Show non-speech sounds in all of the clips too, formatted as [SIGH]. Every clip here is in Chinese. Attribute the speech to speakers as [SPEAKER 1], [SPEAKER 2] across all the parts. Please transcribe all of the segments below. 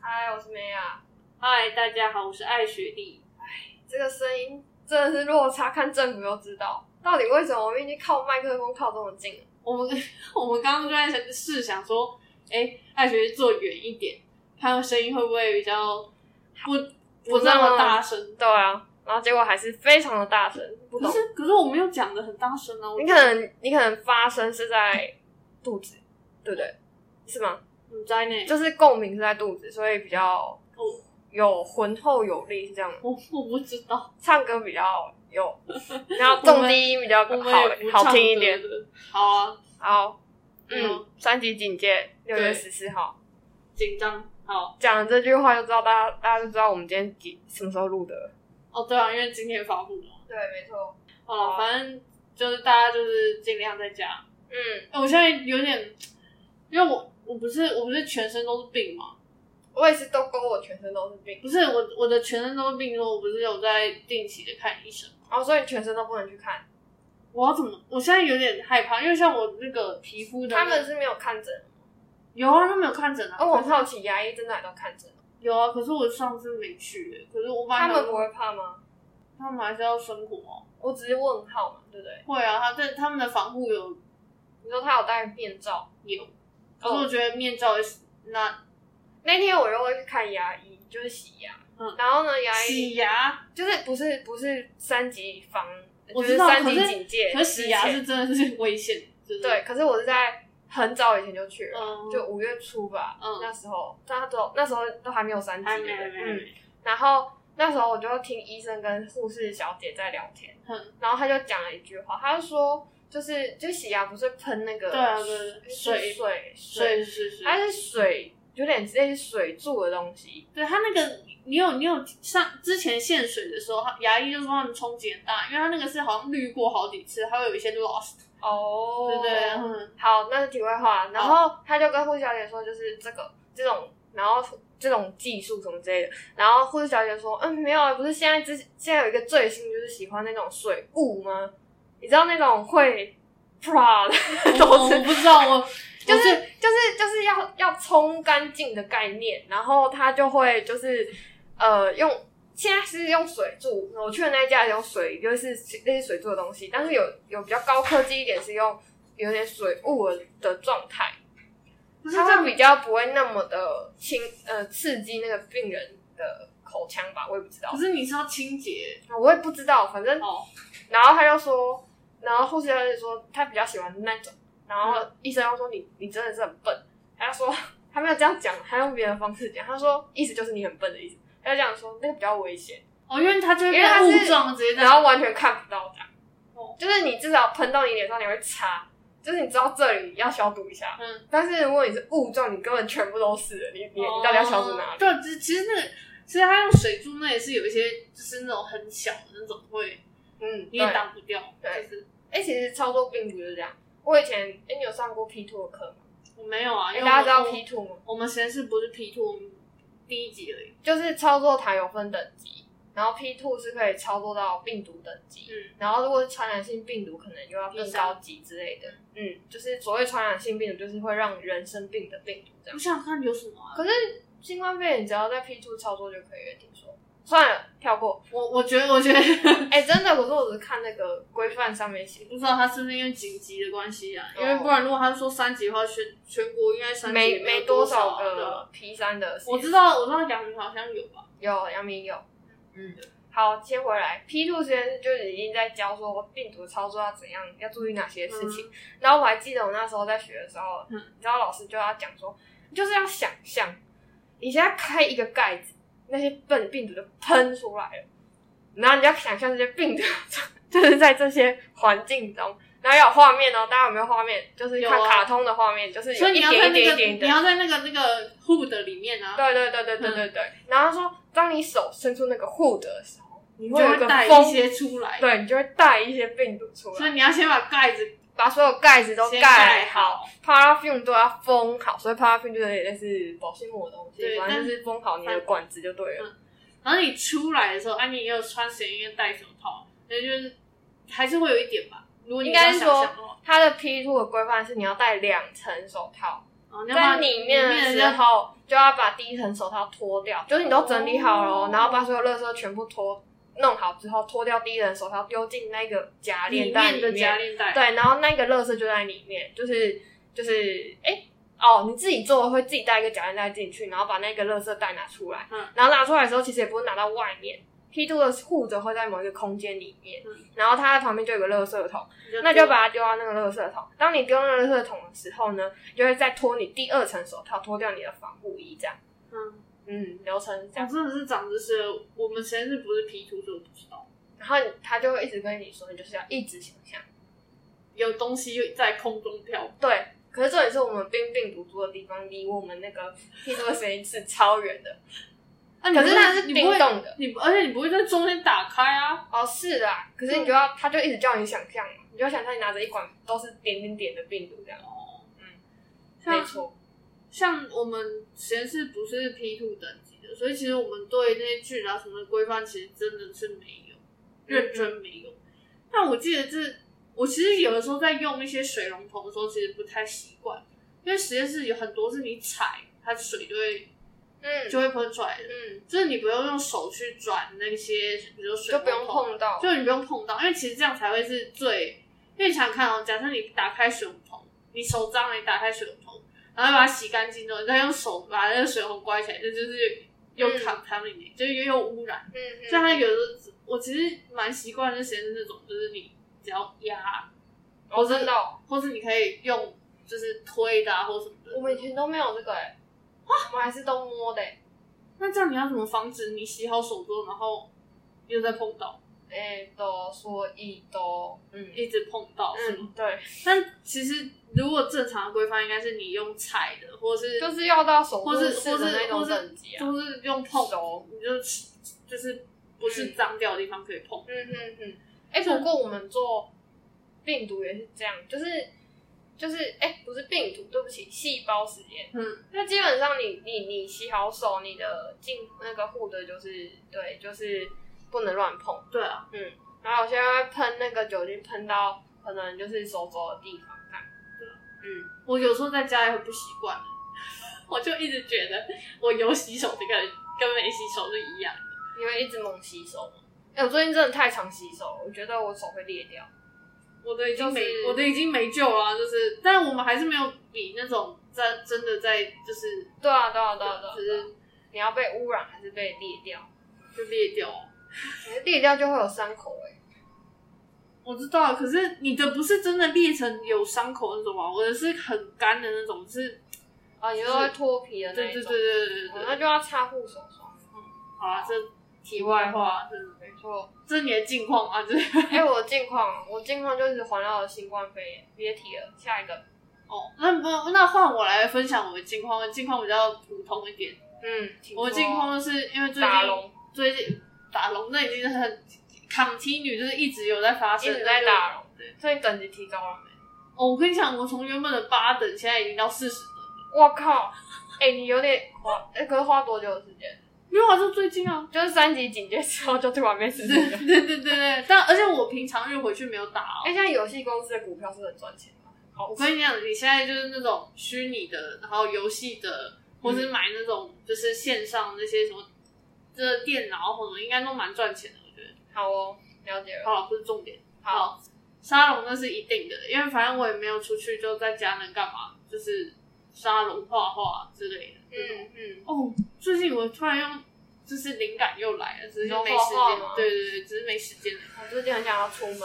[SPEAKER 1] 哎
[SPEAKER 2] 嗨，大家好，我是艾雪莉。
[SPEAKER 1] 这个声音真的是落差，看政府就知道到底为什么我们已经靠麦克风靠这么近了。
[SPEAKER 2] 我们 [LAUGHS] 我们刚刚就在想试想说，哎、艾雪莉坐远一点，她的声音会不会比较不不那么大声？
[SPEAKER 1] 对啊，然后结果还是非常的大声，不
[SPEAKER 2] 可
[SPEAKER 1] 懂。
[SPEAKER 2] 是可是我没有讲的很大声啊，我
[SPEAKER 1] 你可能你可能发声是在肚子，对不对？是吗？
[SPEAKER 2] 不嗯在内，
[SPEAKER 1] 就是共鸣是在肚子，所以比较有浑厚有力，是这样吗？
[SPEAKER 2] 我我不知道，
[SPEAKER 1] 唱歌比较 [LAUGHS] 有，然后重低音比较
[SPEAKER 2] 我
[SPEAKER 1] 好
[SPEAKER 2] 们也不
[SPEAKER 1] 好
[SPEAKER 2] 唱
[SPEAKER 1] 听一
[SPEAKER 2] 歌
[SPEAKER 1] 点。
[SPEAKER 2] 的。好啊，
[SPEAKER 1] 好，嗯
[SPEAKER 2] 嗯，
[SPEAKER 1] 三级警戒，六月
[SPEAKER 2] 对
[SPEAKER 1] 十四号。
[SPEAKER 2] 紧张。好
[SPEAKER 1] 讲了这句话就知道大家大家就知道我们今天几什么时候录的了。
[SPEAKER 2] 哦，对啊，因为今天发布了。
[SPEAKER 1] 对，没错。
[SPEAKER 2] 好了，
[SPEAKER 1] 好啊
[SPEAKER 2] 反正就是大家就是尽量在家。
[SPEAKER 1] 嗯，
[SPEAKER 2] 哎我现在有点，因为我我不是我不是全身都是病嘛，
[SPEAKER 1] 我也是都跟我全身都是病，
[SPEAKER 2] 不是我我的全身都是病，说我不是有在定期的看医生吗。
[SPEAKER 1] 哦，所以全身都不能去看。
[SPEAKER 2] 我要怎么？我现在有点害怕，因为像我那个皮肤的那
[SPEAKER 1] 他
[SPEAKER 2] 个，
[SPEAKER 1] 们是没有看诊，
[SPEAKER 2] 有啊，他们有看诊啊，
[SPEAKER 1] 哦，我
[SPEAKER 2] 可
[SPEAKER 1] 很
[SPEAKER 2] 是
[SPEAKER 1] 好奇牙医真的还都看诊，
[SPEAKER 2] 有啊，可是我上次没去耶、可是我妈
[SPEAKER 1] 他们不会怕吗？
[SPEAKER 2] 他们还是要生活啊、
[SPEAKER 1] 我只是问号嘛，对不对？
[SPEAKER 2] 会啊，他在他们的防护有
[SPEAKER 1] 你说他有戴面罩，
[SPEAKER 2] 有，可是
[SPEAKER 1] 哦
[SPEAKER 2] 我觉得面罩也是那
[SPEAKER 1] 那天我又会去看牙医，就是洗牙，
[SPEAKER 2] 嗯
[SPEAKER 1] 然后呢，牙医
[SPEAKER 2] 洗牙，
[SPEAKER 1] 就是不是不是三级防，
[SPEAKER 2] 我
[SPEAKER 1] 就
[SPEAKER 2] 知
[SPEAKER 1] 是
[SPEAKER 2] 道，
[SPEAKER 1] 三
[SPEAKER 2] 可
[SPEAKER 1] 级
[SPEAKER 2] 是
[SPEAKER 1] 警戒
[SPEAKER 2] 可是洗牙
[SPEAKER 1] 之前
[SPEAKER 2] 是真的是危险，就是
[SPEAKER 1] 对，可是我是在很早以前就去了，
[SPEAKER 2] 嗯，
[SPEAKER 1] 就五月初吧，
[SPEAKER 2] 嗯
[SPEAKER 1] 那时候大家都那时候都还没有三级，
[SPEAKER 2] 还没还没还
[SPEAKER 1] 嗯，
[SPEAKER 2] 没，
[SPEAKER 1] 然后那时候我就听医生跟护士小姐在聊天，
[SPEAKER 2] 嗯
[SPEAKER 1] 然后他就讲了一句话，他就说就是就洗牙不是喷那个
[SPEAKER 2] 对啊对
[SPEAKER 1] 水
[SPEAKER 2] 水
[SPEAKER 1] 水
[SPEAKER 2] 是是是，
[SPEAKER 1] 它是水有点类似水柱的东西，
[SPEAKER 2] 对他那个，你有你有上之前限水的时候，他牙医就说他们冲击很大，因为他那个是好像滤过好几次，它会有一些 lost，、
[SPEAKER 1] 哦
[SPEAKER 2] 对不对？嗯，
[SPEAKER 1] 好，那是题外话。然后他就跟护士小姐说，就是这个这种，然后这种技术什么之类的。然后护士小姐说，嗯，没有啊，不是现在之现在有一个最新，就是喜欢那种水雾吗？你知道那种会 [LAUGHS] pra 的
[SPEAKER 2] 我
[SPEAKER 1] 都
[SPEAKER 2] 我
[SPEAKER 1] 是，
[SPEAKER 2] 不知道，我
[SPEAKER 1] 就
[SPEAKER 2] 我
[SPEAKER 1] 是就是就是要要冲干净的概念。然后他就会就是呃用。现在是用水柱，我去的那一家有水，就是那些水柱的东西，但是有有比较高科技一点，是用有点水雾的状态，
[SPEAKER 2] 不是这
[SPEAKER 1] 它
[SPEAKER 2] 样
[SPEAKER 1] 会比较不会那么的轻呃刺激那个病人的口腔吧，我也不知道
[SPEAKER 2] 可，是你是要清洁
[SPEAKER 1] 我也不知道，反正
[SPEAKER 2] 哦，
[SPEAKER 1] 然后他就说，然后护士小姐说她比较喜欢那种，然后医生又说你你真的是很笨，他就说他没有这样讲，他用别的方式讲，他说意思就是你很笨的意思，他就这样说那个比较危险，
[SPEAKER 2] 哦，因为它就会
[SPEAKER 1] 因为它是哦
[SPEAKER 2] 变雾状，直接在
[SPEAKER 1] 然后完全看不到这样
[SPEAKER 2] 哦，
[SPEAKER 1] 就是你至少喷到你脸上你会擦，就是你知道这里要消毒一下，
[SPEAKER 2] 嗯，
[SPEAKER 1] 但是如果你是雾状，你根本全部都是了，你你你到底要消毒哪
[SPEAKER 2] 哦
[SPEAKER 1] 里？
[SPEAKER 2] 对，其其实那个其实它用水柱那也是有一些就是那种很小的那种会
[SPEAKER 1] 嗯，
[SPEAKER 2] 你
[SPEAKER 1] 对。
[SPEAKER 2] 也
[SPEAKER 1] 哎、
[SPEAKER 2] 挡不掉，
[SPEAKER 1] 对
[SPEAKER 2] 就是
[SPEAKER 1] 哎其实操作并不是这样。我以前，哎、你有上过 P two 的课吗？
[SPEAKER 2] 我没有啊，
[SPEAKER 1] 哎、
[SPEAKER 2] 因为
[SPEAKER 1] 大家知道
[SPEAKER 2] 我们
[SPEAKER 1] P two 吗？
[SPEAKER 2] 我们实验室不是 P two 第一级而已，
[SPEAKER 1] 就是操作台有分等级，然后 P two 是可以操作到病毒等级，
[SPEAKER 2] 嗯。
[SPEAKER 1] 然后如果是传染性病毒，可能又要更高级之类的。嗯，就是所谓传染性病毒，就是会让人生病的病毒这样
[SPEAKER 2] 我。想想看有什么啊？
[SPEAKER 1] 可是新冠肺炎只要在 P two 操作就可以了，听说。算了，跳
[SPEAKER 2] [LAUGHS]
[SPEAKER 1] 过。
[SPEAKER 2] 我我觉得，我觉得
[SPEAKER 1] 哎、真的，可是我只是看那个规范上面写，
[SPEAKER 2] 不知道他是不是因为紧急的关系啊？
[SPEAKER 1] 哦
[SPEAKER 2] 因为不然如果他说三级的话，全全国应该三级
[SPEAKER 1] 没
[SPEAKER 2] 没
[SPEAKER 1] 没
[SPEAKER 2] 有多
[SPEAKER 1] 少
[SPEAKER 2] 啊对
[SPEAKER 1] 个
[SPEAKER 2] 啊
[SPEAKER 1] P 三的实验室，
[SPEAKER 2] 我知道，我知道杨明好像有吧？
[SPEAKER 1] 有杨明有，
[SPEAKER 2] 嗯，
[SPEAKER 1] 好，切回来，P two 实验室就已经在教说病毒操作要怎样，要注意哪些事情。然后我还记得我那时候在学的时候，
[SPEAKER 2] 嗯
[SPEAKER 1] 你知道老师就要讲说，就是要想象，你现在开一个盖子，那些笨病毒就喷出来了，然后你就要想象这些病毒就是在这些环境中。然后要有画面哦，大家有没有画面？就是
[SPEAKER 2] 有
[SPEAKER 1] 看
[SPEAKER 2] 啊
[SPEAKER 1] 卡通的画面，就是
[SPEAKER 2] 所
[SPEAKER 1] 有
[SPEAKER 2] 以
[SPEAKER 1] 一
[SPEAKER 2] 你要
[SPEAKER 1] 点
[SPEAKER 2] 在
[SPEAKER 1] 一
[SPEAKER 2] 那
[SPEAKER 1] 点
[SPEAKER 2] 个
[SPEAKER 1] 一点一
[SPEAKER 2] 你
[SPEAKER 1] 点。
[SPEAKER 2] 要在那个那个 hood 的里面啊，
[SPEAKER 1] 对对对对对对
[SPEAKER 2] 嗯
[SPEAKER 1] 对。然后说，当你手伸出那个护的时候，你
[SPEAKER 2] 你
[SPEAKER 1] 会有一
[SPEAKER 2] 会
[SPEAKER 1] 个
[SPEAKER 2] 带
[SPEAKER 1] 风
[SPEAKER 2] 一些出来。，
[SPEAKER 1] 对，你就会带一些病毒出
[SPEAKER 2] 所以
[SPEAKER 1] 来，
[SPEAKER 2] 你要先把盖子
[SPEAKER 1] 把所有盖子都
[SPEAKER 2] 先
[SPEAKER 1] 盖好
[SPEAKER 2] 好。
[SPEAKER 1] ，paraffin 都要封好，所以 paraffin 就是有点类似保鲜膜的东西，
[SPEAKER 2] 对
[SPEAKER 1] 反正就
[SPEAKER 2] 但嗯
[SPEAKER 1] 是封好你的管子就对了。
[SPEAKER 2] 然后你出来的时候，安妮也有穿鞋，因为戴手套，所以就是还是会有一点吧。如果你
[SPEAKER 1] 应该是
[SPEAKER 2] 这样想
[SPEAKER 1] 说
[SPEAKER 2] 象的话，
[SPEAKER 1] 它的 P two 的规范是你要戴两层手套，
[SPEAKER 2] 哦你要把
[SPEAKER 1] 在里面
[SPEAKER 2] 里
[SPEAKER 1] 的
[SPEAKER 2] 面
[SPEAKER 1] 时
[SPEAKER 2] 要
[SPEAKER 1] 候，就要把第一层手套脱掉，就是你都整理好了哦
[SPEAKER 2] 哦，
[SPEAKER 1] 然后把所有垃圾全部脱弄好之后，脱掉第一层手套，丢进那个夹
[SPEAKER 2] 里
[SPEAKER 1] 链袋
[SPEAKER 2] 面
[SPEAKER 1] 里
[SPEAKER 2] 的夹
[SPEAKER 1] 面。
[SPEAKER 2] 链袋，
[SPEAKER 1] 对，然后那个垃圾就在里面，就是就是哎。哦，你自己做会自己带一个夹链袋进去，然后把那个垃圾袋拿出来，
[SPEAKER 2] 嗯
[SPEAKER 1] 然后拿出来的时候其实也不是拿到外面，P two 的护着会在某一个空间里面，
[SPEAKER 2] 嗯
[SPEAKER 1] 然后它旁边就有个垃圾桶。
[SPEAKER 2] 你
[SPEAKER 1] 那就把它丢到那个垃圾桶。当你丢那个垃圾桶的时候呢，就会再脱你第二层手套，脱掉你的防护衣，这样。
[SPEAKER 2] 嗯，
[SPEAKER 1] 嗯，流程是这
[SPEAKER 2] 我
[SPEAKER 1] 样。
[SPEAKER 2] 真的是长知识了。我们实验室不是 P 图，所以我不知道
[SPEAKER 1] 然后他就会一直跟你说，你就是要一直想象。
[SPEAKER 2] 有东西就在空中飘。
[SPEAKER 1] 对，可是这里是我们冰病毒株的地方，离我们那个屁股的实验室超远的。
[SPEAKER 2] 啊，
[SPEAKER 1] 可
[SPEAKER 2] 你
[SPEAKER 1] 是
[SPEAKER 2] 不会
[SPEAKER 1] 那是
[SPEAKER 2] 你
[SPEAKER 1] 冰
[SPEAKER 2] 不会
[SPEAKER 1] 冻的。
[SPEAKER 2] 你不而且你不会在中间打开啊，
[SPEAKER 1] 哦，是啦。可是你就要，他就一直叫你想象嘛，你就想象你拿着一管都是点点点的病毒这样。没
[SPEAKER 2] 像
[SPEAKER 1] 错。
[SPEAKER 2] 像我们实验室不是 P two 等级的，所以其实我们对那些剧啊什么的规范，其实真的是没有认真没有。但我记得这，我其实有的时候在用一些水龙头的时候，其实不太习惯，因为实验室有很多是你踩它水就会
[SPEAKER 1] 嗯
[SPEAKER 2] 就会喷出来的，
[SPEAKER 1] 嗯，
[SPEAKER 2] 就是你不用用手去转那些，比如说水
[SPEAKER 1] 就
[SPEAKER 2] 龙
[SPEAKER 1] 不用
[SPEAKER 2] 头
[SPEAKER 1] 碰到。
[SPEAKER 2] 就你不用碰到，因为其实这样才会是最。因为你想想看哦，假设你打开水龙头，你手脏了，你打开水龙头，然后把它洗干净之后，你再用手把那个水龙头关起来，这就是又
[SPEAKER 1] 嗯
[SPEAKER 2] contaminate，、就是又有污染。
[SPEAKER 1] 嗯
[SPEAKER 2] 所
[SPEAKER 1] 嗯。
[SPEAKER 2] 以它有的时候我其实蛮习惯的，实验室那种，就是你只要压，
[SPEAKER 1] 我知道。
[SPEAKER 2] 或是你可以用就是推的啊，或什么
[SPEAKER 1] 我
[SPEAKER 2] 的。
[SPEAKER 1] 们以前都没有这个哎、欸，我们还是都摸的哎、
[SPEAKER 2] 那这样你要怎么防止你洗好手之后，然后又再碰到，
[SPEAKER 1] 欸，都所以都嗯
[SPEAKER 2] 一直碰到是吗？
[SPEAKER 1] 嗯对，
[SPEAKER 2] 但其实如果正常的规范，应该是你用踩的，或是
[SPEAKER 1] 就是要到手
[SPEAKER 2] 或
[SPEAKER 1] 术
[SPEAKER 2] 是
[SPEAKER 1] 室
[SPEAKER 2] 或
[SPEAKER 1] 的那
[SPEAKER 2] 是或
[SPEAKER 1] 种
[SPEAKER 2] 是
[SPEAKER 1] 等级啊，
[SPEAKER 2] 就是用碰，
[SPEAKER 1] 手
[SPEAKER 2] 你就就是不是脏掉的地方可以碰。
[SPEAKER 1] 嗯嗯嗯，哎、不过我们做病毒也是这样，就是就是哎、欸不是病毒，对不起，细胞实验。
[SPEAKER 2] 嗯，
[SPEAKER 1] 那基本上你你你洗好手，你的进那个护的就是对，就是不能乱碰。
[SPEAKER 2] 对啊，
[SPEAKER 1] 然后有些会喷那个酒精，喷到可能就是手肘的地方这样。嗯。
[SPEAKER 2] 我有时候在家也会不习惯，我就一直觉得我有洗手这个跟没洗手是一样的。
[SPEAKER 1] 你会一直猛洗手吗？哎、我最近真的太常洗手了，我觉得我手会裂掉。
[SPEAKER 2] 我的已经没，
[SPEAKER 1] 就是
[SPEAKER 2] 我的已经没救了啊、就是，但我们还是没有比那种在真的在就是
[SPEAKER 1] 对啊，对啊，对啊，
[SPEAKER 2] 就
[SPEAKER 1] 对啊。
[SPEAKER 2] 是
[SPEAKER 1] 你要被污染还是被裂掉？
[SPEAKER 2] 就裂掉啊。
[SPEAKER 1] 裂掉就会有伤口哎、
[SPEAKER 2] 我知道，可是你的不是真的裂成有伤口那种啊，我的是很干的那种，是，
[SPEAKER 1] 啊，你就会脱皮的
[SPEAKER 2] 对
[SPEAKER 1] 那
[SPEAKER 2] 对
[SPEAKER 1] 一
[SPEAKER 2] 对
[SPEAKER 1] 种，
[SPEAKER 2] 对对对
[SPEAKER 1] 哦。那就要擦护手霜。
[SPEAKER 2] 好啊，这题外话，这
[SPEAKER 1] 没错。
[SPEAKER 2] 这是你的近况啊，这
[SPEAKER 1] 哎、我的近况，我近况就是环绕了新冠肺炎，别提了。下一个，
[SPEAKER 2] 哦，那不那换我来分享我的近况，我的近况比较普通一点。
[SPEAKER 1] 嗯，请
[SPEAKER 2] 我的
[SPEAKER 1] 说
[SPEAKER 2] 近况就是因为最近
[SPEAKER 1] 打龙，
[SPEAKER 2] 最近打龙，那已经是很 continue，就是一直有在发
[SPEAKER 1] 一
[SPEAKER 2] 生，
[SPEAKER 1] 直在
[SPEAKER 2] 就
[SPEAKER 1] 打龙
[SPEAKER 2] 对，
[SPEAKER 1] 所以你等级提高了没？
[SPEAKER 2] 哦，我跟你讲，我从原本的八等，现在已经到四十了。
[SPEAKER 1] 我靠！哎、你有点花，哎、可是花多久的时间？
[SPEAKER 2] 没有啊，就最近啊。
[SPEAKER 1] 就是三级警戒之后就突然变四
[SPEAKER 2] 对
[SPEAKER 1] 十了。
[SPEAKER 2] 对对对对，但而且我平常日回去没有打哦。
[SPEAKER 1] 哎、现在游戏公司的股票是很赚钱的，好
[SPEAKER 2] 我跟你讲，你现在就是那种虚拟的，然后游戏的，或
[SPEAKER 1] 嗯
[SPEAKER 2] 是买那种就是线上那些什么，这电脑或者应该都蛮赚钱的，我觉得。
[SPEAKER 1] 好哦，了解了。
[SPEAKER 2] 好了，不是重点。
[SPEAKER 1] 好，
[SPEAKER 2] 好，沙龙那是一定的，因为反正我也没有出去，就在家能干嘛？就是沙龙、画画之类的。
[SPEAKER 1] 嗯嗯，
[SPEAKER 2] 哦，最近我突然用，就是灵感又来了，只是就没
[SPEAKER 1] 你说
[SPEAKER 2] 时
[SPEAKER 1] 画画
[SPEAKER 2] 间
[SPEAKER 1] 吗。
[SPEAKER 2] 对对对，只是没时间而已。
[SPEAKER 1] 我最近很想要出门，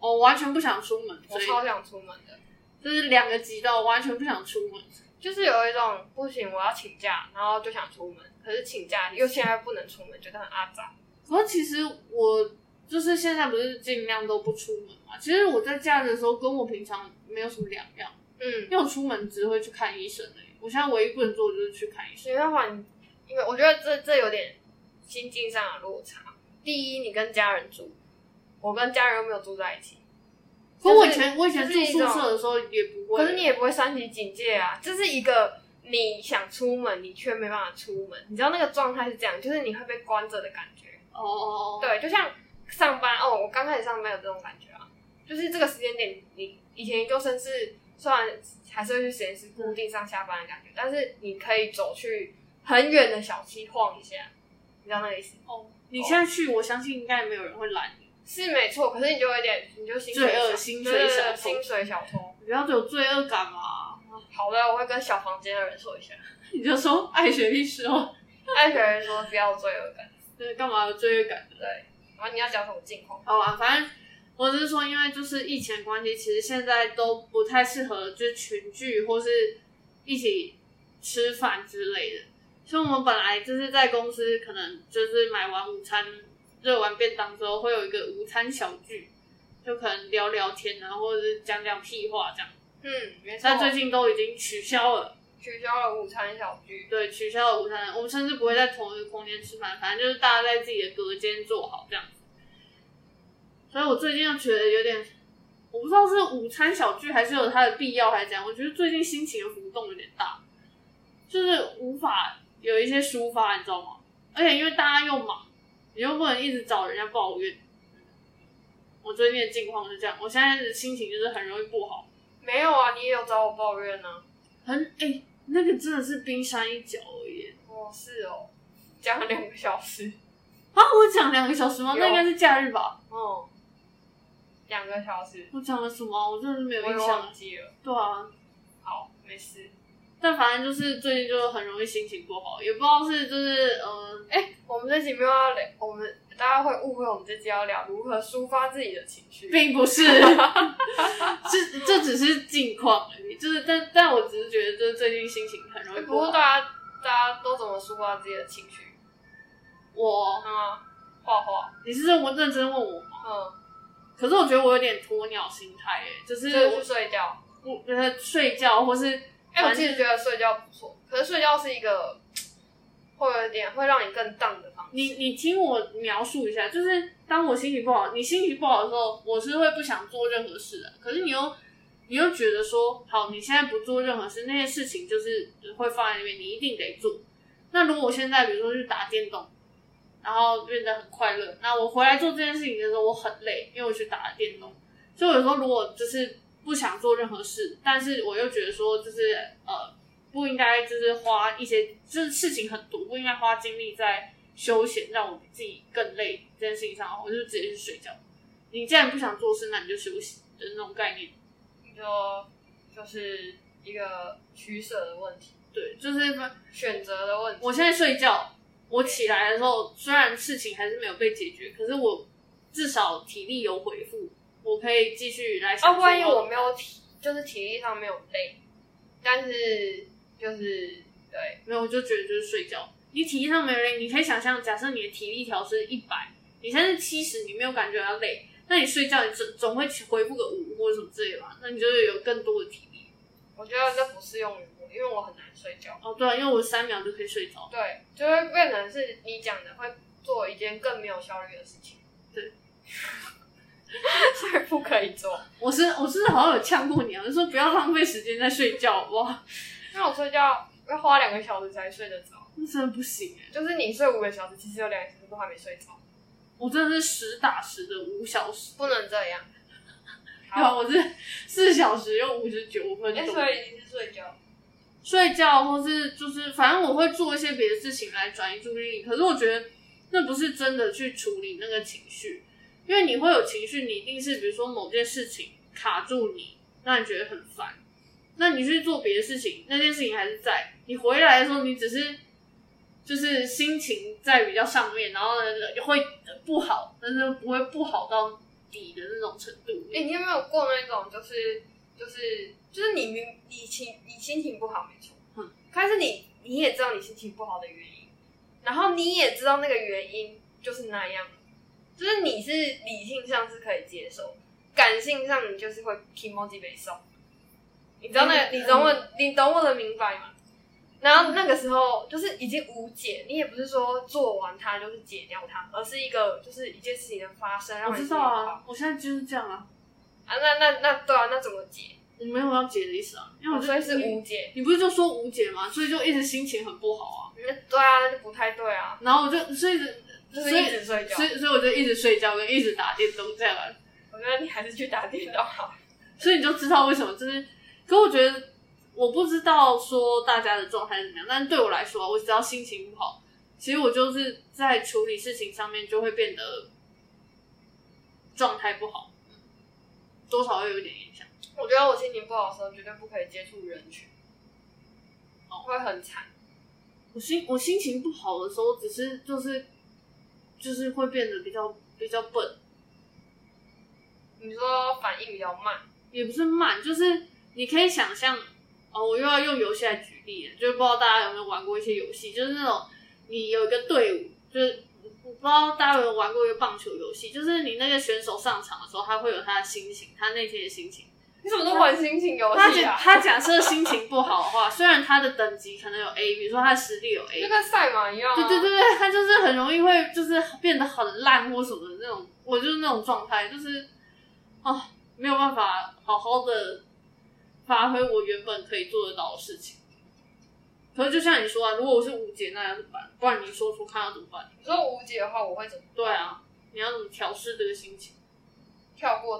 [SPEAKER 2] 哦，我完全不想出门，
[SPEAKER 1] 我
[SPEAKER 2] 所以
[SPEAKER 1] 超想出门的，
[SPEAKER 2] 就是两个极端，我完全不想出门。
[SPEAKER 1] 就是有一种不行，我要请假，然后就想出门，可是请假又现在不能出门，觉得很阿杂。
[SPEAKER 2] 可是其实我就是现在不是尽量都不出门嘛。其实我在家的时候跟我平常没有什么两样，
[SPEAKER 1] 嗯
[SPEAKER 2] 因，为我出门只会去看医生而已。我现在唯一不能做的就是去看医生。
[SPEAKER 1] 没办法，你因为我觉得这这有点心境上的落差。第一，你跟家人住，我跟家人又没有住在一起，
[SPEAKER 2] 可我以
[SPEAKER 1] 就是
[SPEAKER 2] 前我以前
[SPEAKER 1] 就是
[SPEAKER 2] 住
[SPEAKER 1] 一
[SPEAKER 2] 宿
[SPEAKER 1] 种
[SPEAKER 2] 舍的时候也不会，
[SPEAKER 1] 可是你也不会三级警戒啊，这是一个你想出门，你却没办法出门，你知道那个状态是这样，就是你会被关着的感觉。
[SPEAKER 2] 哦哦哦，
[SPEAKER 1] 对，就像上班哦，我刚开始上班有这种感觉啊，就是这个时间点，你以前研究生是虽然还是会去实验室固定上下班的感觉，但是你可以走去很远的小溪晃一下，你知道那个意思吗？
[SPEAKER 2] 哦，你现在去，我相信应该没有人会拦你。
[SPEAKER 1] 是没错，可是你就有点，你就薪水
[SPEAKER 2] 罪恶
[SPEAKER 1] 小
[SPEAKER 2] 薪
[SPEAKER 1] 对
[SPEAKER 2] 水
[SPEAKER 1] 对对
[SPEAKER 2] 小偷
[SPEAKER 1] 薪水小偷。
[SPEAKER 2] 不要有罪恶感嘛！
[SPEAKER 1] 好的，我会跟小房间的人说一下。
[SPEAKER 2] 你就说爱学历史哦，
[SPEAKER 1] 艾雪人说不要罪恶感。
[SPEAKER 2] [LAUGHS] 对，干嘛有罪恶感？
[SPEAKER 1] 然后你要讲什么近况？
[SPEAKER 2] 好吧，反正我只是说，因为就是疫情的关系，其实现在都不太适合就是群聚或是一起吃饭之类的。所以我们本来就是在公司，可能就是买完午餐、热完便当之后，会有一个午餐小聚，就可能聊聊天啊，或者是讲讲屁话这样。
[SPEAKER 1] 嗯，没错
[SPEAKER 2] 但，最近都已经取消了。
[SPEAKER 1] 取消了午餐小聚。
[SPEAKER 2] 对，取消了午餐，我们甚至不会在同一个空间吃饭，反正就是大家在自己的隔间做好这样子。所以我最近又觉得有点，我不知道是午餐小聚还是有它的必要，还是怎样。我觉得最近心情的浮动有点大，就是无法有一些抒发，你知道吗？而且因为大家又忙，你又不能一直找人家抱怨。我最近的境况是这样，我现在的心情就是很容易不好，
[SPEAKER 1] 没有啊，你也有找我抱怨呢、
[SPEAKER 2] 很哎、那个真的是冰山一角而已。
[SPEAKER 1] 哦，是哦，讲了两个小时。
[SPEAKER 2] 啊，我讲两个小时吗？
[SPEAKER 1] 有
[SPEAKER 2] 那应该是假日吧？
[SPEAKER 1] 嗯，两个小时，
[SPEAKER 2] 我讲了什么？我真的是没
[SPEAKER 1] 我
[SPEAKER 2] 有
[SPEAKER 1] 也
[SPEAKER 2] 印象
[SPEAKER 1] 忘。记了。
[SPEAKER 2] 对啊，
[SPEAKER 1] 好，没事。
[SPEAKER 2] 但反正就是最近就很容易心情不好，也不知道是就是嗯、
[SPEAKER 1] 哎、我们这集没有要聊，我们大家会误会我们这集要聊如何抒发自己的情绪。
[SPEAKER 2] 并
[SPEAKER 1] [LAUGHS]
[SPEAKER 2] 不是，这这只是近况而已。就是但但我只是觉得就是最近心情很容易
[SPEAKER 1] 哎不
[SPEAKER 2] 不
[SPEAKER 1] 过
[SPEAKER 2] 好。
[SPEAKER 1] 大家大家都怎么抒发自己的情绪？
[SPEAKER 2] 我
[SPEAKER 1] 那么画画，
[SPEAKER 2] 你是认认真问我吗？
[SPEAKER 1] 嗯，
[SPEAKER 2] 可是我觉得我有点鸵鸟心态诶、就是
[SPEAKER 1] 就是
[SPEAKER 2] 我
[SPEAKER 1] 去睡觉。
[SPEAKER 2] 我呃睡觉或是
[SPEAKER 1] 哎、我
[SPEAKER 2] 反
[SPEAKER 1] 其实觉得睡觉不错，可是睡觉是一个会有一点会让你更荡的方式。
[SPEAKER 2] 你你听我描述一下，就是当我心情不好，你心情不好的时候，我是会不想做任何事的。可是你又你又觉得说，好，你现在不做任何事，那些事情就是会放在那边，你一定得做。那如果我现在比如说去打电动，然后变得很快乐，那我回来做这件事情的时候，我很累，因为我去打了电动。所以有时候如果就是不想做任何事，但是我又觉得说，就是呃，不应该就是花一些，就是事情很多，不应该花精力在休闲让我自己更累这件事情上，我就直接去睡觉。你既然不想做事，那你就休息的那种概念。
[SPEAKER 1] 你就就是一个取舍的问题，
[SPEAKER 2] 对，就是
[SPEAKER 1] 选择的问题。
[SPEAKER 2] 我现在睡觉，我起来的时候，虽然事情还是没有被解决，可是我至少体力有回复，我可以继续来想
[SPEAKER 1] 啊，
[SPEAKER 2] 说。
[SPEAKER 1] 万一我没有体，就是体力上没有累，但是就是对，
[SPEAKER 2] 没有，我就觉得就是睡觉。你体力上没有累，你可以想象，假设你的体力条是一百，你现在是七十，你没有感觉到累，那你睡觉你总总会回复个五或者什么之类的吧，那你就会有更多的体力。
[SPEAKER 1] 我觉得这不适用于我，因为我很难睡觉。
[SPEAKER 2] 哦，对啊，因为我三秒就可以睡着。
[SPEAKER 1] 对，就会变成是你讲的会做一件更没有效率的事情。
[SPEAKER 2] 对，
[SPEAKER 1] [LAUGHS] 所以不可以做。
[SPEAKER 2] 我是我是好像有呛过你啊，我就说不要浪费时间在睡觉，好不好？
[SPEAKER 1] 因为我睡觉要花两个小时才睡得着，
[SPEAKER 2] 那真的不行哎、
[SPEAKER 1] 就是你睡五个小时，其实有两个小时都还没睡着，
[SPEAKER 2] 我真的是实打实的五小时， [LAUGHS]
[SPEAKER 1] 不能这样。好
[SPEAKER 2] 然后我是四小时又五十九分
[SPEAKER 1] 哎、
[SPEAKER 2] 钟。
[SPEAKER 1] 所以你是睡觉。
[SPEAKER 2] 睡觉，或是就是反正我会做一些别的事情来转移注意力。可是我觉得那不是真的去处理那个情绪，因为你会有情绪，你一定是比如说某件事情卡住你，让你觉得很烦。那你去做别的事情，那件事情还是在。你回来的时候，你只是就是心情在比较上面，然后呢会不好，但是不会不好到底的那种程度。
[SPEAKER 1] 哎、你有没有过那种就是就是就是你明你情你心情不好没错，
[SPEAKER 2] 嗯，
[SPEAKER 1] 但是你你也知道你心情不好的原因，然后你也知道那个原因就是那样，就是你是理性上是可以接受，感性上你就是会 emoji 被送，你知道那个、
[SPEAKER 2] 嗯
[SPEAKER 1] 你懂我、你懂我的明白吗？然后那个时候就是已经无解，你也不是说做完它就是解掉它，而是一个就是一件事情的发生让
[SPEAKER 2] 我
[SPEAKER 1] 你心
[SPEAKER 2] 知
[SPEAKER 1] 情
[SPEAKER 2] 道
[SPEAKER 1] 不好
[SPEAKER 2] 啊，我现在就是这样啊，
[SPEAKER 1] 啊，那那那对啊，那怎么解？
[SPEAKER 2] 我没有要解的意思啊，因为我
[SPEAKER 1] 哦
[SPEAKER 2] 就
[SPEAKER 1] 所以是无解。
[SPEAKER 2] 你不是就说无解吗？所以就一直心情很不好啊。
[SPEAKER 1] 那对啊，那就不太对啊，
[SPEAKER 2] 然后我就所以
[SPEAKER 1] 就
[SPEAKER 2] 所
[SPEAKER 1] 是一
[SPEAKER 2] 以
[SPEAKER 1] 直睡觉
[SPEAKER 2] 所。以所以我就一直睡觉跟一直打电动这样啊。
[SPEAKER 1] 我觉得你还是去打电动好。
[SPEAKER 2] 所以你就知道为什么就是可我觉得我不知道说大家的状态是怎么样，但是对我来说啊，我只要心情不好，其实我就是在处理事情上面就会变得状态不好，多少会有一点影响。
[SPEAKER 1] 我觉得我心情不好的时候，绝对不可以接触人群，会很惨。
[SPEAKER 2] 我心我心情不好的时候，只是就是就是会变得比较比较笨，
[SPEAKER 1] 你说反应比较慢，
[SPEAKER 2] 也不是慢，就是你可以想象，哦，我又要用游戏来举例了，就是不知道大家有没有玩过一些游戏，就是那种你有一个队伍，就是我不知道大家有没有玩过一个棒球游戏，就是你那个选手上场的时候，他会有他的心情，他那天的心情。
[SPEAKER 1] 你怎么都玩心情游
[SPEAKER 2] 他
[SPEAKER 1] 戏
[SPEAKER 2] 假
[SPEAKER 1] 啊？
[SPEAKER 2] 他假设心情不好的话， [LAUGHS] 虽然他的等级可能有 A，比如说他的实力有 A，
[SPEAKER 1] 就跟赛马一样、啊。
[SPEAKER 2] 对对对对，他就是很容易会就是变得很烂或什么的那种，我就是那种状态，就是啊没有办法好好的发挥我原本可以做得到的事情。可是就像你说啊，如果我是吴姐，那要怎么办？不然你说说看要怎么办？
[SPEAKER 1] 你说无解的话，我会怎么
[SPEAKER 2] 对啊，你要怎么调试这个心情？
[SPEAKER 1] 跳过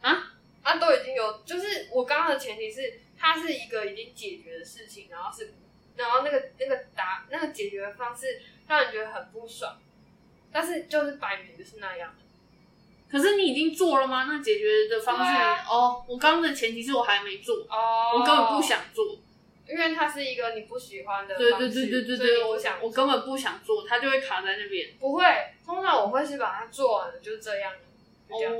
[SPEAKER 1] 它？
[SPEAKER 2] 啊
[SPEAKER 1] 啊，都已经有，就是我刚刚的前提是，它是一个已经解决的事情，然后是，然后那个那个答那个解决的方式让人觉得很不爽，但是就是摆明就是那样。
[SPEAKER 2] 可是你已经做了吗？那解决的方式、
[SPEAKER 1] 对啊
[SPEAKER 2] 哦，我刚刚的前提是我还没做，
[SPEAKER 1] 哦
[SPEAKER 2] 我根本不，想做。
[SPEAKER 1] 因为它是一个你不喜欢的
[SPEAKER 2] 对
[SPEAKER 1] 方
[SPEAKER 2] 对
[SPEAKER 1] 式，
[SPEAKER 2] 对对对
[SPEAKER 1] 所以
[SPEAKER 2] 对，
[SPEAKER 1] 我想
[SPEAKER 2] 我根本不想做，它就会卡在那边。
[SPEAKER 1] 不会，通常我会是把它做完了，就这样，就这样，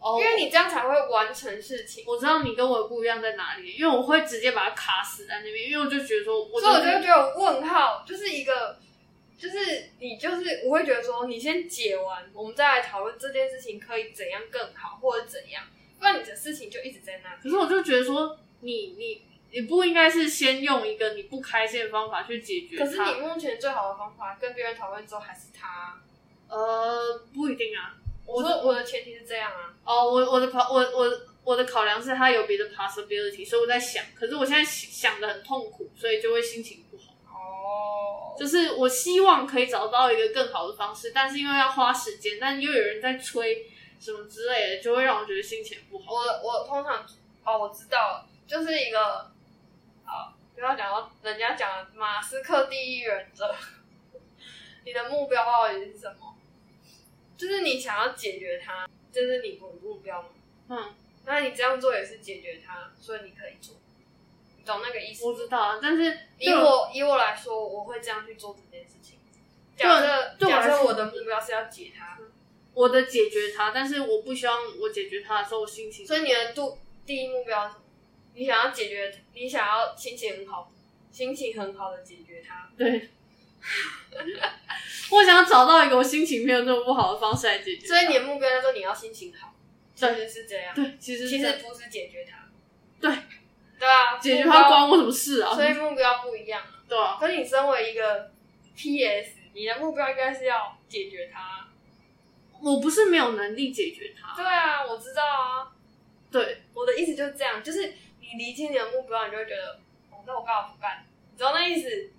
[SPEAKER 2] 哦，
[SPEAKER 1] 因为你这样才会完成事情，
[SPEAKER 2] 我知道你跟我不一样在哪里，因为我会直接把它卡死在那边，因为我就觉得说，我
[SPEAKER 1] 所以我就会
[SPEAKER 2] 是
[SPEAKER 1] 觉得问号就是一个，就是你就是我会觉得说，你先解完，我们再来讨论这件事情可以怎样更好，或者怎样，不然你的事情就一直在那里。
[SPEAKER 2] 可是我就觉得说，你你你不应该是先用一个你不开心的方法去解决它。
[SPEAKER 1] 可是你目前最好的方法跟别人讨论之后还是他，
[SPEAKER 2] 呃不一定啊。
[SPEAKER 1] 我说我的前提是这样啊，
[SPEAKER 2] 哦，我我的考我我我的考量是它有别的 possibility，所以我在想，可是我现在想的很痛苦，所以就会心情不好。
[SPEAKER 1] 哦，
[SPEAKER 2] 就是我希望可以找到一个更好的方式，但是因为要花时间，但又有人在催什么之类的，就会让我觉得心情不好。
[SPEAKER 1] 我我通常哦，我知道了，就是一个好，不要讲到人家讲的马斯克第一原则，你的目标到底是什么？就是你想要解决它，这是你的目标吗？
[SPEAKER 2] 嗯，
[SPEAKER 1] 那你这样做也是解决它，所以你可以做，你懂那个意思吗？
[SPEAKER 2] 我知道啊，但是
[SPEAKER 1] 以我以我来说，我会这样去做这件事情。假设
[SPEAKER 2] 对我
[SPEAKER 1] 假
[SPEAKER 2] 来
[SPEAKER 1] 设
[SPEAKER 2] 说
[SPEAKER 1] 我的目标是要解它，
[SPEAKER 2] 我的解决它，但是我不希望我解决它的时候我心情
[SPEAKER 1] 所以你的度第一目标是什么？你想要解决，你想要心情很好，心情很好的解决它。
[SPEAKER 2] 对。我想找到一个我心情没有那么不好的方式来解决它。
[SPEAKER 1] 所以你的目标叫做你要心情好，其
[SPEAKER 2] 对
[SPEAKER 1] 实是这样，
[SPEAKER 2] 对，其实
[SPEAKER 1] 其
[SPEAKER 2] 是这
[SPEAKER 1] 实
[SPEAKER 2] 样
[SPEAKER 1] 不是解决它。
[SPEAKER 2] 对
[SPEAKER 1] 对啊，
[SPEAKER 2] 解决
[SPEAKER 1] 目标
[SPEAKER 2] 它关我什么事啊？
[SPEAKER 1] 所以目标不一样啊。
[SPEAKER 2] 对啊，
[SPEAKER 1] 可是你身为一个 PS，你的目标应该是要解决它。
[SPEAKER 2] 我不是没有能力解决它。
[SPEAKER 1] 对啊，我知道啊，
[SPEAKER 2] 对，
[SPEAKER 1] 我的意思就是这样，就是你厘清你的目标，你就会觉得，哦，那我干嘛不干？你知道那意思？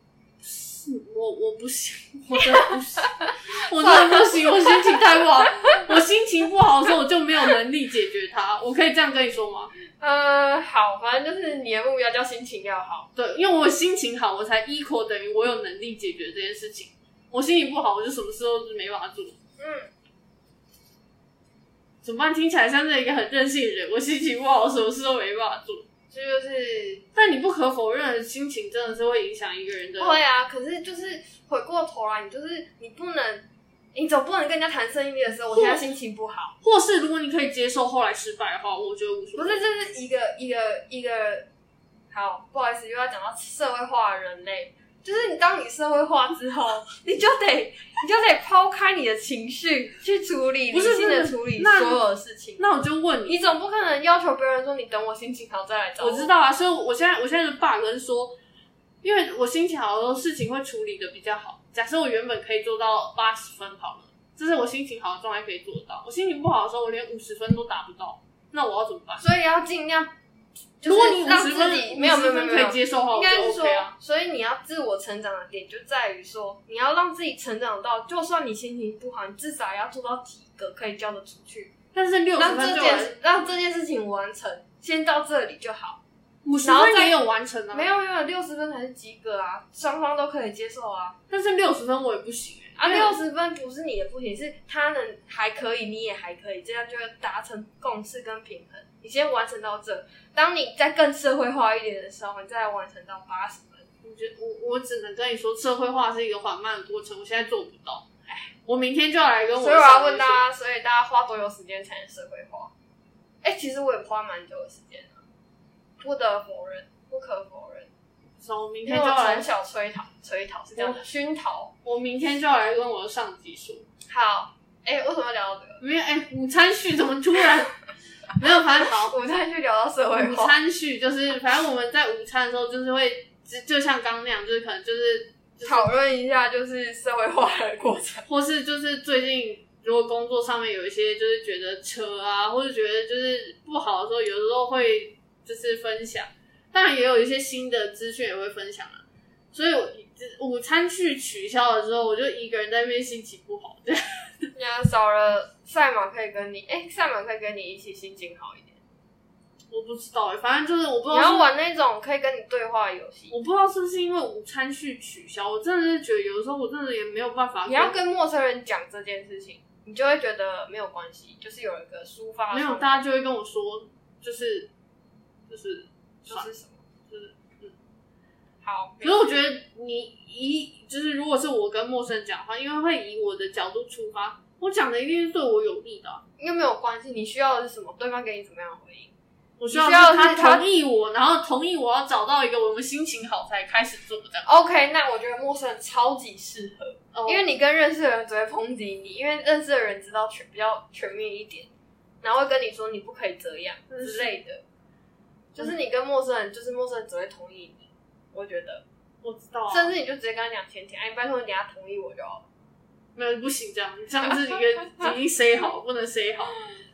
[SPEAKER 2] 我我不行，我真的不行，我真的不行，我心情太不好，我心情不好的时候我就没有能力解决它。我可以这样跟你说吗？
[SPEAKER 1] 呃，好，反正就是你的目标叫心情要好。
[SPEAKER 2] 对，因为我心情好，我才 equal 等于我有能力解决这件事情。我心情不好，我就什么事都没办法做。
[SPEAKER 1] 嗯，
[SPEAKER 2] 怎么办？听起来像是一个很任性的人。我心情不好，我什么事都没办法做。
[SPEAKER 1] 这就是
[SPEAKER 2] 但你不可否认，心情真的是会影响一个人的。
[SPEAKER 1] 会啊。可是就是回过头来，你就是你不能，你总不能跟人家谈生意的时候，我现在心情不好，
[SPEAKER 2] 或是如果你可以接受后来失败的话，我觉得无
[SPEAKER 1] [LAUGHS]
[SPEAKER 2] 所
[SPEAKER 1] 不
[SPEAKER 2] 谓。
[SPEAKER 1] 是，这是一个一个一个。好，不好意思，又要讲到社会化的人类，就是你当你社会化之后，你就得 [LAUGHS] 你就得抛开你的情绪去处理，
[SPEAKER 2] 不是
[SPEAKER 1] 理性
[SPEAKER 2] 不
[SPEAKER 1] 的
[SPEAKER 2] 是
[SPEAKER 1] 处理
[SPEAKER 2] 那
[SPEAKER 1] 所有的事情。
[SPEAKER 2] 那我就问你，
[SPEAKER 1] 你总不可能要求别人说你等我心情好再来找
[SPEAKER 2] 我知道啊，所以我现在我现在的 bug 是说，因为我心情好的时候，事情会处理的比较好。假设我原本可以做到八十分好了，这是我心情好的状态可以做得到。我心情不好的时候，我连五十分都达不到，那我要怎么办？
[SPEAKER 1] 所以要尽量，就
[SPEAKER 2] 如果你
[SPEAKER 1] 是
[SPEAKER 2] 五
[SPEAKER 1] 让
[SPEAKER 2] 十
[SPEAKER 1] 自
[SPEAKER 2] 分
[SPEAKER 1] 己没有没有
[SPEAKER 2] 50
[SPEAKER 1] 没有
[SPEAKER 2] 分
[SPEAKER 1] 没
[SPEAKER 2] 可
[SPEAKER 1] 有
[SPEAKER 2] 以，接受的话，
[SPEAKER 1] 应
[SPEAKER 2] 我
[SPEAKER 1] 该
[SPEAKER 2] 就是
[SPEAKER 1] 说
[SPEAKER 2] OK 啊。，
[SPEAKER 1] 所以你要自我成长的点就在于说，你要让自己成长到，就算你心情不好，你至少要做到几个可以交得出去，
[SPEAKER 2] 但是六十
[SPEAKER 1] 让
[SPEAKER 2] 分
[SPEAKER 1] 这
[SPEAKER 2] 就完
[SPEAKER 1] 件让这件事情完成，先到这里就好。
[SPEAKER 2] 五十
[SPEAKER 1] 然后
[SPEAKER 2] 分
[SPEAKER 1] 再
[SPEAKER 2] 也有完成啊，
[SPEAKER 1] 没有没有，六十分才是及格啊，双方都可以接受啊。
[SPEAKER 2] 但是六十分我也不行欸
[SPEAKER 1] 啊，
[SPEAKER 2] 因为
[SPEAKER 1] 六十分不是你的不行，是他能还可以，你也还可以，这样就会达成共识跟平衡。你先完成到这，当你再更社会化一点的时候，你再完成到八十分。
[SPEAKER 2] 我觉我我只能跟你说，社会化是一个缓慢的过程，我现在做不到。哎，我明天就要来跟我
[SPEAKER 1] 所以我要
[SPEAKER 2] 上
[SPEAKER 1] 问
[SPEAKER 2] 一
[SPEAKER 1] 大
[SPEAKER 2] 些
[SPEAKER 1] 家，所以大家花多久时间才能社会化？哎、其实我也花蛮久的时间啊，不得否认，不可否认，
[SPEAKER 2] 啊说，我明
[SPEAKER 1] 因
[SPEAKER 2] 天
[SPEAKER 1] 为
[SPEAKER 2] 就
[SPEAKER 1] 我
[SPEAKER 2] 要来
[SPEAKER 1] 从，小催讨，催讨是这样的，熏陶。
[SPEAKER 2] 我明天就要来跟我的上级说，
[SPEAKER 1] 好，哎、为什么要聊到这个？
[SPEAKER 2] 没有哎，午餐序怎么突然没有？反正好，
[SPEAKER 1] 我们再去聊到社会
[SPEAKER 2] 午
[SPEAKER 1] 化。
[SPEAKER 2] 餐序就是，反正我们在午餐的时候就是会，就就像刚刚那样，就是可能就是，
[SPEAKER 1] 讨论一下就是社会化的过程。
[SPEAKER 2] 或是就是最近如果工作上面有一些就是觉得扯啊，或者觉得就是不好的时候，有时候会就是分享，当然也有一些新的资讯也会分享啊。所以我午餐去取消了之后，我就一个人在那边心情不好，这样
[SPEAKER 1] 那少了赛马可以跟你，哎、赛马可以跟你一起心情好一点。
[SPEAKER 2] 我不知道、欸，反正就是我不知
[SPEAKER 1] 你
[SPEAKER 2] 道是
[SPEAKER 1] 要玩那种可以跟你对话的游戏，
[SPEAKER 2] 我不知道是不是因为午餐去取消，我真的是觉得有的时候我真的也没有办法。
[SPEAKER 1] 你要跟陌生人讲这件事情，你就会觉得没有关系，就是有一个抒发。
[SPEAKER 2] 没有，大家就会跟我说，就是就是
[SPEAKER 1] 就
[SPEAKER 2] 算了。
[SPEAKER 1] 是什么，
[SPEAKER 2] 就是嗯
[SPEAKER 1] 好。
[SPEAKER 2] 可是我觉得你以就是如果是我跟陌生人讲话，因为会以我的角度出发，我讲的一定是对我有利的啊、
[SPEAKER 1] 因为没有关系，你需要的是什么，对方给你怎么样的回应。
[SPEAKER 2] 我需要
[SPEAKER 1] 你需要
[SPEAKER 2] 是他
[SPEAKER 1] 是他
[SPEAKER 2] 同意我，然后同意我要找到一个我们心情好才开始做这样。
[SPEAKER 1] OK，那我觉得陌生人超级适合，
[SPEAKER 2] 哦
[SPEAKER 1] 因为你跟认识的人只会抨击你，因为认识的人知道全比较全面一点，然后会跟你说你不可以这样
[SPEAKER 2] 嗯
[SPEAKER 1] 之类的。就是你跟陌生人，就是陌生人只会同意你，我觉得，
[SPEAKER 2] 我知道、啊，
[SPEAKER 1] 甚至你就直接跟他讲前提，哎，拜托你等下同意我就好了。
[SPEAKER 2] 没有不行这样，这样是一个已经 say 好，不能 say 好。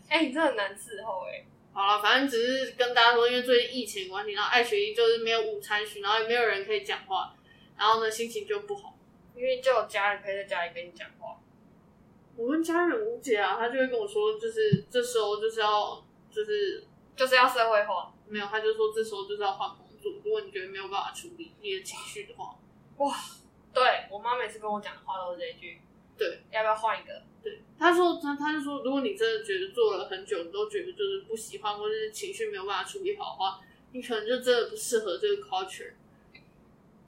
[SPEAKER 1] 哎，你真的很难伺候哎、
[SPEAKER 2] 好了，反正只是跟大家说，因为最近疫情关系，然后爱学艺就是没有午餐学，然后也没有人可以讲话，然后呢心情就不好。
[SPEAKER 1] 因为就有家人可以在家里跟你讲话。
[SPEAKER 2] 我跟家人无解啊，他就会跟我说，就是这时候就是要就是
[SPEAKER 1] 就是要社会化。
[SPEAKER 2] 没有，他就说这时候就是要换工作，如果你觉得没有办法处理你的情绪的话，
[SPEAKER 1] 对我妈每次跟我讲的话都是这一句。
[SPEAKER 2] 对，
[SPEAKER 1] 要不要换一个？
[SPEAKER 2] 对，他说他他就说，如果你真的觉得做了很久，你都觉得就是不喜欢，或者是情绪没有办法处理好的话，你可能就真的不适合这个 culture，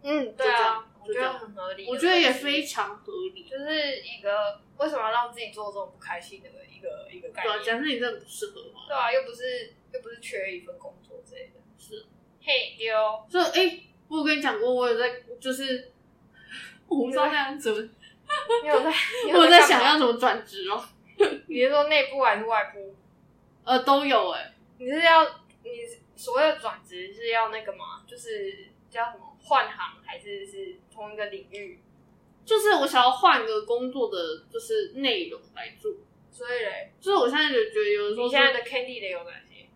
[SPEAKER 1] 嗯，
[SPEAKER 2] 就这样
[SPEAKER 1] 我
[SPEAKER 2] 就
[SPEAKER 1] 觉
[SPEAKER 2] 这样
[SPEAKER 1] 得很合理。
[SPEAKER 2] 我觉得也非，常合理。啊
[SPEAKER 1] 就是一个为什么要让自己做这种不开心的一个一个概
[SPEAKER 2] 对啊，
[SPEAKER 1] 念？
[SPEAKER 2] 假设你真的不适合嘛，
[SPEAKER 1] 对啊，又不是又不是缺一份工作之类的。
[SPEAKER 2] 是，
[SPEAKER 1] 嘿丢，
[SPEAKER 2] 所以哎、我有跟你讲过，我有在就是。我不知道那样怎 [LAUGHS] 么，
[SPEAKER 1] 你 [LAUGHS] 有在？你
[SPEAKER 2] 我有在
[SPEAKER 1] 干
[SPEAKER 2] 想
[SPEAKER 1] 嘛
[SPEAKER 2] 要怎么转职哦，
[SPEAKER 1] 你是说内部还是外部？
[SPEAKER 2] 呃，都有哎、
[SPEAKER 1] 你是要你所谓的转职是要那个吗？就是叫什么换行，还是是同一个领域？
[SPEAKER 2] 就是我想要换个工作的，就是内容来做，
[SPEAKER 1] 所以嘞，
[SPEAKER 2] 所以我现在就觉得有的时候
[SPEAKER 1] 你
[SPEAKER 2] 是
[SPEAKER 1] 现在的 Candy 的有哪些？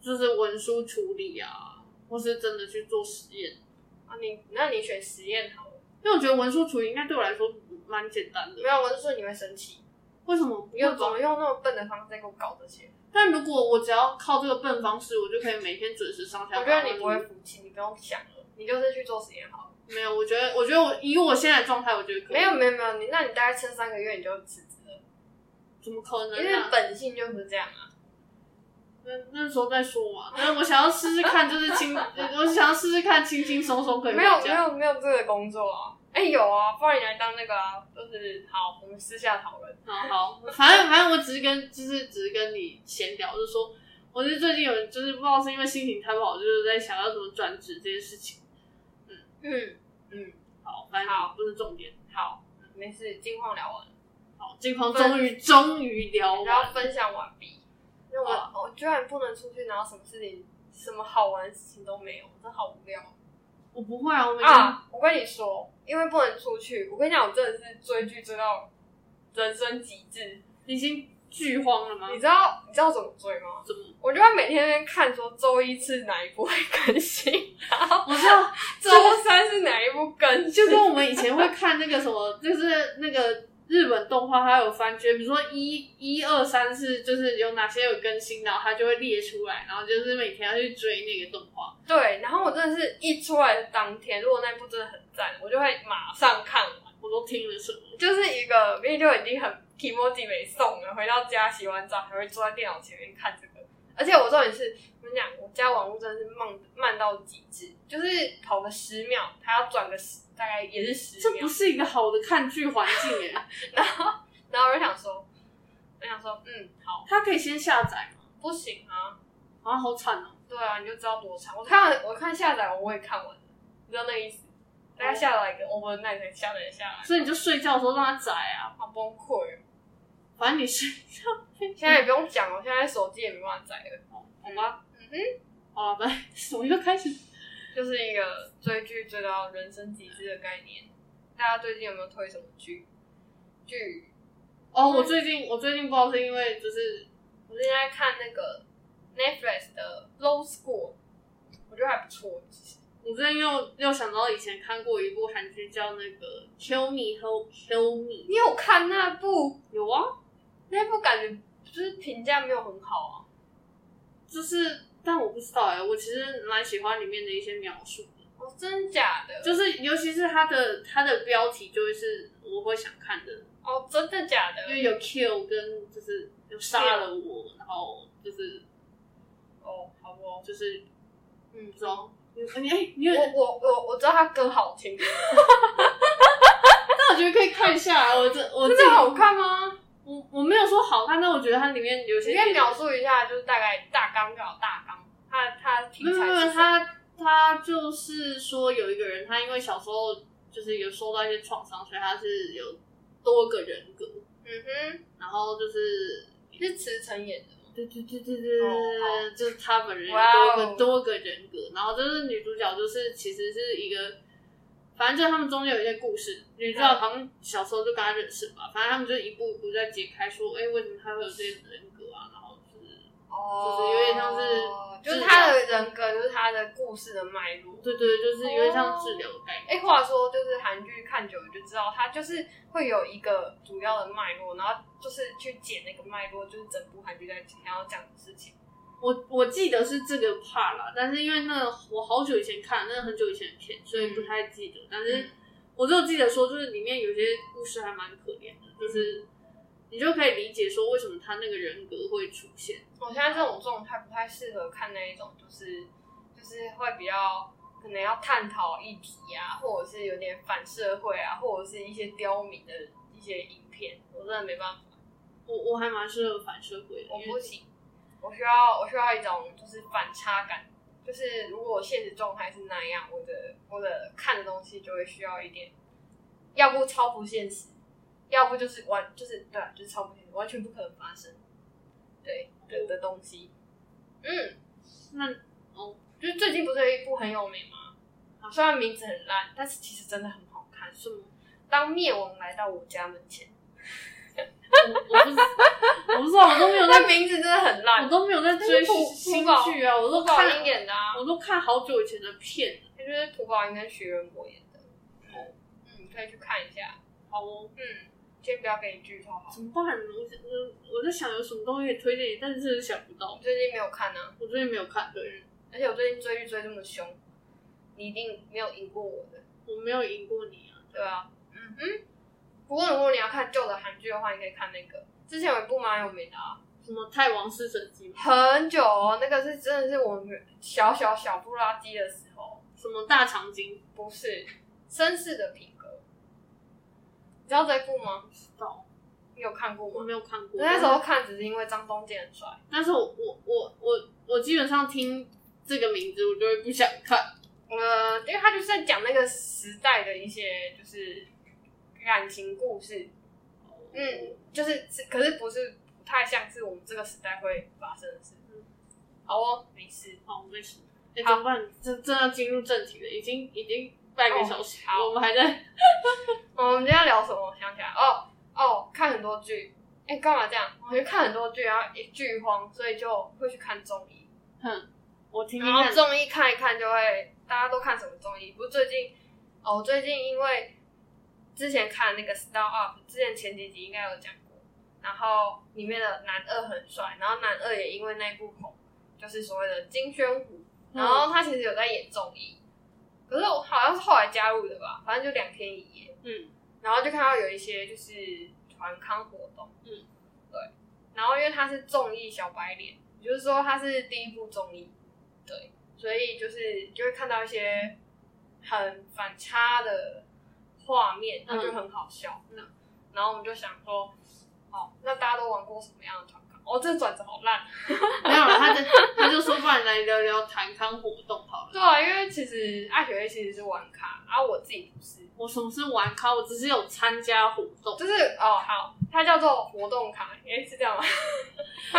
[SPEAKER 2] 就是文书处理啊，或是真的去做实验，
[SPEAKER 1] 啊，你那你选实验好了，
[SPEAKER 2] 因为我觉得文书处理应该对我来说蛮简单的
[SPEAKER 1] 没。有，我是说你会生气，
[SPEAKER 2] 为什么不
[SPEAKER 1] 你
[SPEAKER 2] 会
[SPEAKER 1] 又怎么
[SPEAKER 2] 吧？
[SPEAKER 1] 用那么笨的方式在给我搞这些？
[SPEAKER 2] 但如果我只要靠这个笨方式，我就可以每天准时上
[SPEAKER 1] 我
[SPEAKER 2] 下班。
[SPEAKER 1] 觉得你不会服气，你不用想了，你就是去做实验好了。
[SPEAKER 2] 没有，我觉得，我觉得我以我现在的状态，我觉得可以
[SPEAKER 1] 没有没有没有，你那你大概撑三个月你就辞职了，
[SPEAKER 2] 怎么可能、啊？
[SPEAKER 1] 因为本性就是这样啊。
[SPEAKER 2] 那那时候再说嘛。但是我想要试试看，就是轻， [LAUGHS] 我想要试试看轻轻松松可以
[SPEAKER 1] 没有
[SPEAKER 2] 回
[SPEAKER 1] 没
[SPEAKER 2] 家。
[SPEAKER 1] 有没有这个工作啊，哎、有啊，不然你来当那个啊，就是好，我们私下讨论。
[SPEAKER 2] 好好，反正反正我只是跟就是只是跟你闲聊，就是说，我是最近有就是不知道是因为心情太不好，就是在想要怎么转职这件事情。
[SPEAKER 1] 嗯嗯，
[SPEAKER 2] 好，反正
[SPEAKER 1] 好
[SPEAKER 2] 不是重点。
[SPEAKER 1] 好，没事，近况聊完了，
[SPEAKER 2] 好，金鹏终于终于聊
[SPEAKER 1] 然
[SPEAKER 2] 完
[SPEAKER 1] 后，分享完毕。因为我、我居然不能出去，然后什么事情、什么好玩的事情都没有，真的好无聊。
[SPEAKER 2] 我不会啊，我每天、
[SPEAKER 1] 啊！我跟你说，因为不能出去，我跟你讲，我真的是追剧追到人生极致。
[SPEAKER 2] 已经剧荒了吗？
[SPEAKER 1] 你知道你知道怎么追吗？
[SPEAKER 2] 怎么？
[SPEAKER 1] 我就会每天在那边看说周一是哪一部会更新，
[SPEAKER 2] 我知
[SPEAKER 1] [LAUGHS]
[SPEAKER 2] 道，
[SPEAKER 1] 周三是哪一部更新，
[SPEAKER 2] 就跟我们以前会看那个什么，就是那个日本动画它有翻缺，比如说一一二三四，就是有哪些有更新，然后它就会列出来，然后就是每天要去追那个动画。
[SPEAKER 1] 对，然后我真的是一出来的当天，如果那部真的很赞，我就会马上看完。
[SPEAKER 2] 我都听了什么？
[SPEAKER 1] 就是一个因为就已经很提莫吉没送了，回到家洗完澡还会坐在电脑前面看这个。而且我重点是，我跟你讲，我家网络真的是慢慢到极致，就是跑个十秒，它要转个十，大概也是十
[SPEAKER 2] 这
[SPEAKER 1] 秒
[SPEAKER 2] 不。是一个好的看剧环境诶、
[SPEAKER 1] 然后，然后我就想说，我想说，嗯，好，
[SPEAKER 2] [LAUGHS] 它可以先下载嘛？
[SPEAKER 1] 不行啊，
[SPEAKER 2] 啊，好惨哦、
[SPEAKER 1] 对啊，你就知道多长。我看了我看下载完我也看完了，你知道那意思？大概下来一个 overnight 才下载下来，
[SPEAKER 2] 所以你就睡觉的时候让它载啊，
[SPEAKER 1] 好崩溃哦。
[SPEAKER 2] 反正你睡觉。
[SPEAKER 1] 现在也不用讲了，现在手机也没办法载了，好吧？嗯哼，
[SPEAKER 2] 好了，来， [LAUGHS] 我又开始。
[SPEAKER 1] 就是一个追剧追到人生极致的概念。大家最近有没有推什么剧？剧？
[SPEAKER 2] 哦，我最近我最近不知道是因为就是
[SPEAKER 1] 我最近在看那个 Netflix 的《Low School》，我觉得还不错，其实。
[SPEAKER 2] 我最近又又想到以前看过一部韩剧叫那个《Kill Me Help Kill Me
[SPEAKER 1] 你有看那部》，
[SPEAKER 2] 有啊，
[SPEAKER 1] 那部感觉就是评价没有很好啊
[SPEAKER 2] 就是但我不知道哎、我其实蛮喜欢里面的一些描述的，
[SPEAKER 1] 啊。哦，真假的？
[SPEAKER 2] 就是尤其是它的它的标题就会是我会想看的，
[SPEAKER 1] 哦，真的假的？
[SPEAKER 2] 因为有 kill 跟就是有杀了我，然后就是
[SPEAKER 1] 哦，好哦，
[SPEAKER 2] 就是
[SPEAKER 1] 嗯
[SPEAKER 2] 不知道。你你哎，你有，
[SPEAKER 1] 我我我我知道他歌好听，
[SPEAKER 2] 但我觉得可以看一下啊。我这我
[SPEAKER 1] 真
[SPEAKER 2] 这
[SPEAKER 1] 的好看吗？
[SPEAKER 2] 我我没有说好看，但我觉得它里面有些
[SPEAKER 1] 你可以描述一下，就是大概大纲搞大纲，他他题
[SPEAKER 2] 没有
[SPEAKER 1] 材
[SPEAKER 2] 没有，没有
[SPEAKER 1] 是什么？
[SPEAKER 2] 嗯他他就是说有一个人，他因为小时候就是有受到一些创伤，所以他是有多个人格，
[SPEAKER 1] 嗯
[SPEAKER 2] 然后就是
[SPEAKER 1] 哼，是池诚演的吗？
[SPEAKER 2] 对对对对对对
[SPEAKER 1] 哦
[SPEAKER 2] 对，就是他本人有
[SPEAKER 1] 哇
[SPEAKER 2] 多
[SPEAKER 1] 哦
[SPEAKER 2] 个、多个人格，然后就是女主角就是其实是一个，反正就是他们中间有一些故事，女主角好像小时候就跟他认识吧，反正他们就一步一步在解开说，哎、为什么他会有这些人格啊，然后就是
[SPEAKER 1] 哦
[SPEAKER 2] 就是有点像是
[SPEAKER 1] 就是他的人格，就是他的故事的脉络。
[SPEAKER 2] 对对，就是有点像治疗的概念。
[SPEAKER 1] 哎、话说就是韩剧看久了就知道，它就是会有一个主要的脉络，然后就是去解那个脉络，就是整部韩剧在讲要讲的事情。
[SPEAKER 2] 我我记得是这个 part 啦，但是因为那个我好久以前看，那个很久以前的片，所以不太记得。但
[SPEAKER 1] 嗯
[SPEAKER 2] 是我就记得说，就是里面有些故事还蛮可怜的，就是你就可以理解说为什么他那个人格会出现。
[SPEAKER 1] 我现在这种状态不太适合看那一种，就是就是会比较可能要探讨议题啊，或者是有点反社会啊，或者是一些刁民的一些影片，我真的没办法，
[SPEAKER 2] 我我还蛮适合反社会的，
[SPEAKER 1] 我
[SPEAKER 2] 因
[SPEAKER 1] 不
[SPEAKER 2] 为
[SPEAKER 1] 行，我需要我需要一种就是反差感，就是如果我现实状态是那样，我的我的看的东西就会需要一点，要不超不现实，要不就是完就是对啊、就是超不现实，完全不可能发生，对的的东西，嗯。
[SPEAKER 2] 那哦，
[SPEAKER 1] 就是最近不是有一部很有名吗？啊，虽然名字很烂，但是其实真的很好看。
[SPEAKER 2] 什么？
[SPEAKER 1] 当灭亡来到我家门前，
[SPEAKER 2] 我我不知我不知道，我都没有
[SPEAKER 1] 那
[SPEAKER 2] 在，
[SPEAKER 1] 名字真的很烂。
[SPEAKER 2] 我都没有在
[SPEAKER 1] 那
[SPEAKER 2] 追
[SPEAKER 1] 是朴
[SPEAKER 2] 新
[SPEAKER 1] 朴宝
[SPEAKER 2] 剧啊，我都
[SPEAKER 1] 涂宝
[SPEAKER 2] 看
[SPEAKER 1] 英，演的啊，
[SPEAKER 2] 我都看好久以前的片。
[SPEAKER 1] 它就是涂宝英跟徐仁博演的。嗯，可以去看一下。
[SPEAKER 2] 好哦。
[SPEAKER 1] 嗯，先不要给你剧透好了。
[SPEAKER 2] 怎么办？我想我我在想有什么东西可以推荐你，但是真的想不到
[SPEAKER 1] 我。最近没有看呢、啊，
[SPEAKER 2] 我最近没有看，对，
[SPEAKER 1] 而且我最近追剧追这么凶，你一定没有赢过我的，
[SPEAKER 2] 我没有赢过你啊。
[SPEAKER 1] 对啊。嗯哼。不过如果你要看旧的韩剧的话，你可以看那个之前有一部蛮有名的啊，
[SPEAKER 2] 什么泰王师神机吗？
[SPEAKER 1] 很久哦，那个是真的是我们小小小布拉基的时候，
[SPEAKER 2] 什么大长今？
[SPEAKER 1] 不是绅士的品格。你知道这一部吗？
[SPEAKER 2] 不知道，
[SPEAKER 1] 你有看过
[SPEAKER 2] 我
[SPEAKER 1] 吗？
[SPEAKER 2] 没有看过。
[SPEAKER 1] 我那时候看只是因为张东健很帅，
[SPEAKER 2] 但是，但是我我我我我基本上听这个名字，我就会不想看。
[SPEAKER 1] 呃，因为他就是在讲那个时代的一些就是感情故事，嗯，就是可是不是不太像是我们这个时代会发生的事。
[SPEAKER 2] 嗯
[SPEAKER 1] 好哦，没事。
[SPEAKER 2] 好，没事。哎、怎么办？真真要进入正题了，已经已经半个小时，
[SPEAKER 1] 哦好
[SPEAKER 2] 我们还在。
[SPEAKER 1] 哦我们今天要聊什么？我想起来哦哦，看很多剧。哎、干嘛这样？我就看很多剧，然后一剧荒，所以就会去看综艺。
[SPEAKER 2] 哼，我听听
[SPEAKER 1] 然后
[SPEAKER 2] 看。
[SPEAKER 1] 综艺看一看，就会大家都看什么综艺？不是最近哦，最近因为之前看那个《Star Up》，之前前几集应该有讲过，然后里面的男二很帅，然后男二也因为那一部红，就是所谓的金宣虎，然后他其实有在演综艺，可是我好像是后来加入的吧，反正就两天一夜，
[SPEAKER 2] 嗯，
[SPEAKER 1] 然后就看到有一些就是团康活动，
[SPEAKER 2] 嗯，
[SPEAKER 1] 对，然后因为他是综艺小白脸，也就是说他是第一部综艺，对，所以就是就会看到一些很反差的画面，那就很好笑。那、然后我们就想说，哦，那大家都玩过什么样的团康？哦，这转折好烂。
[SPEAKER 2] 没有了，他就他就说，不然来聊聊团康活动好了。
[SPEAKER 1] 对啊，因为其实爱学会其实是玩卡，而、啊、我自己不是，
[SPEAKER 2] 我什么是玩咖？我只是有参加活
[SPEAKER 1] [LAUGHS]
[SPEAKER 2] 动。
[SPEAKER 1] 就是哦，好，它叫做活动卡，诶，是这样吗？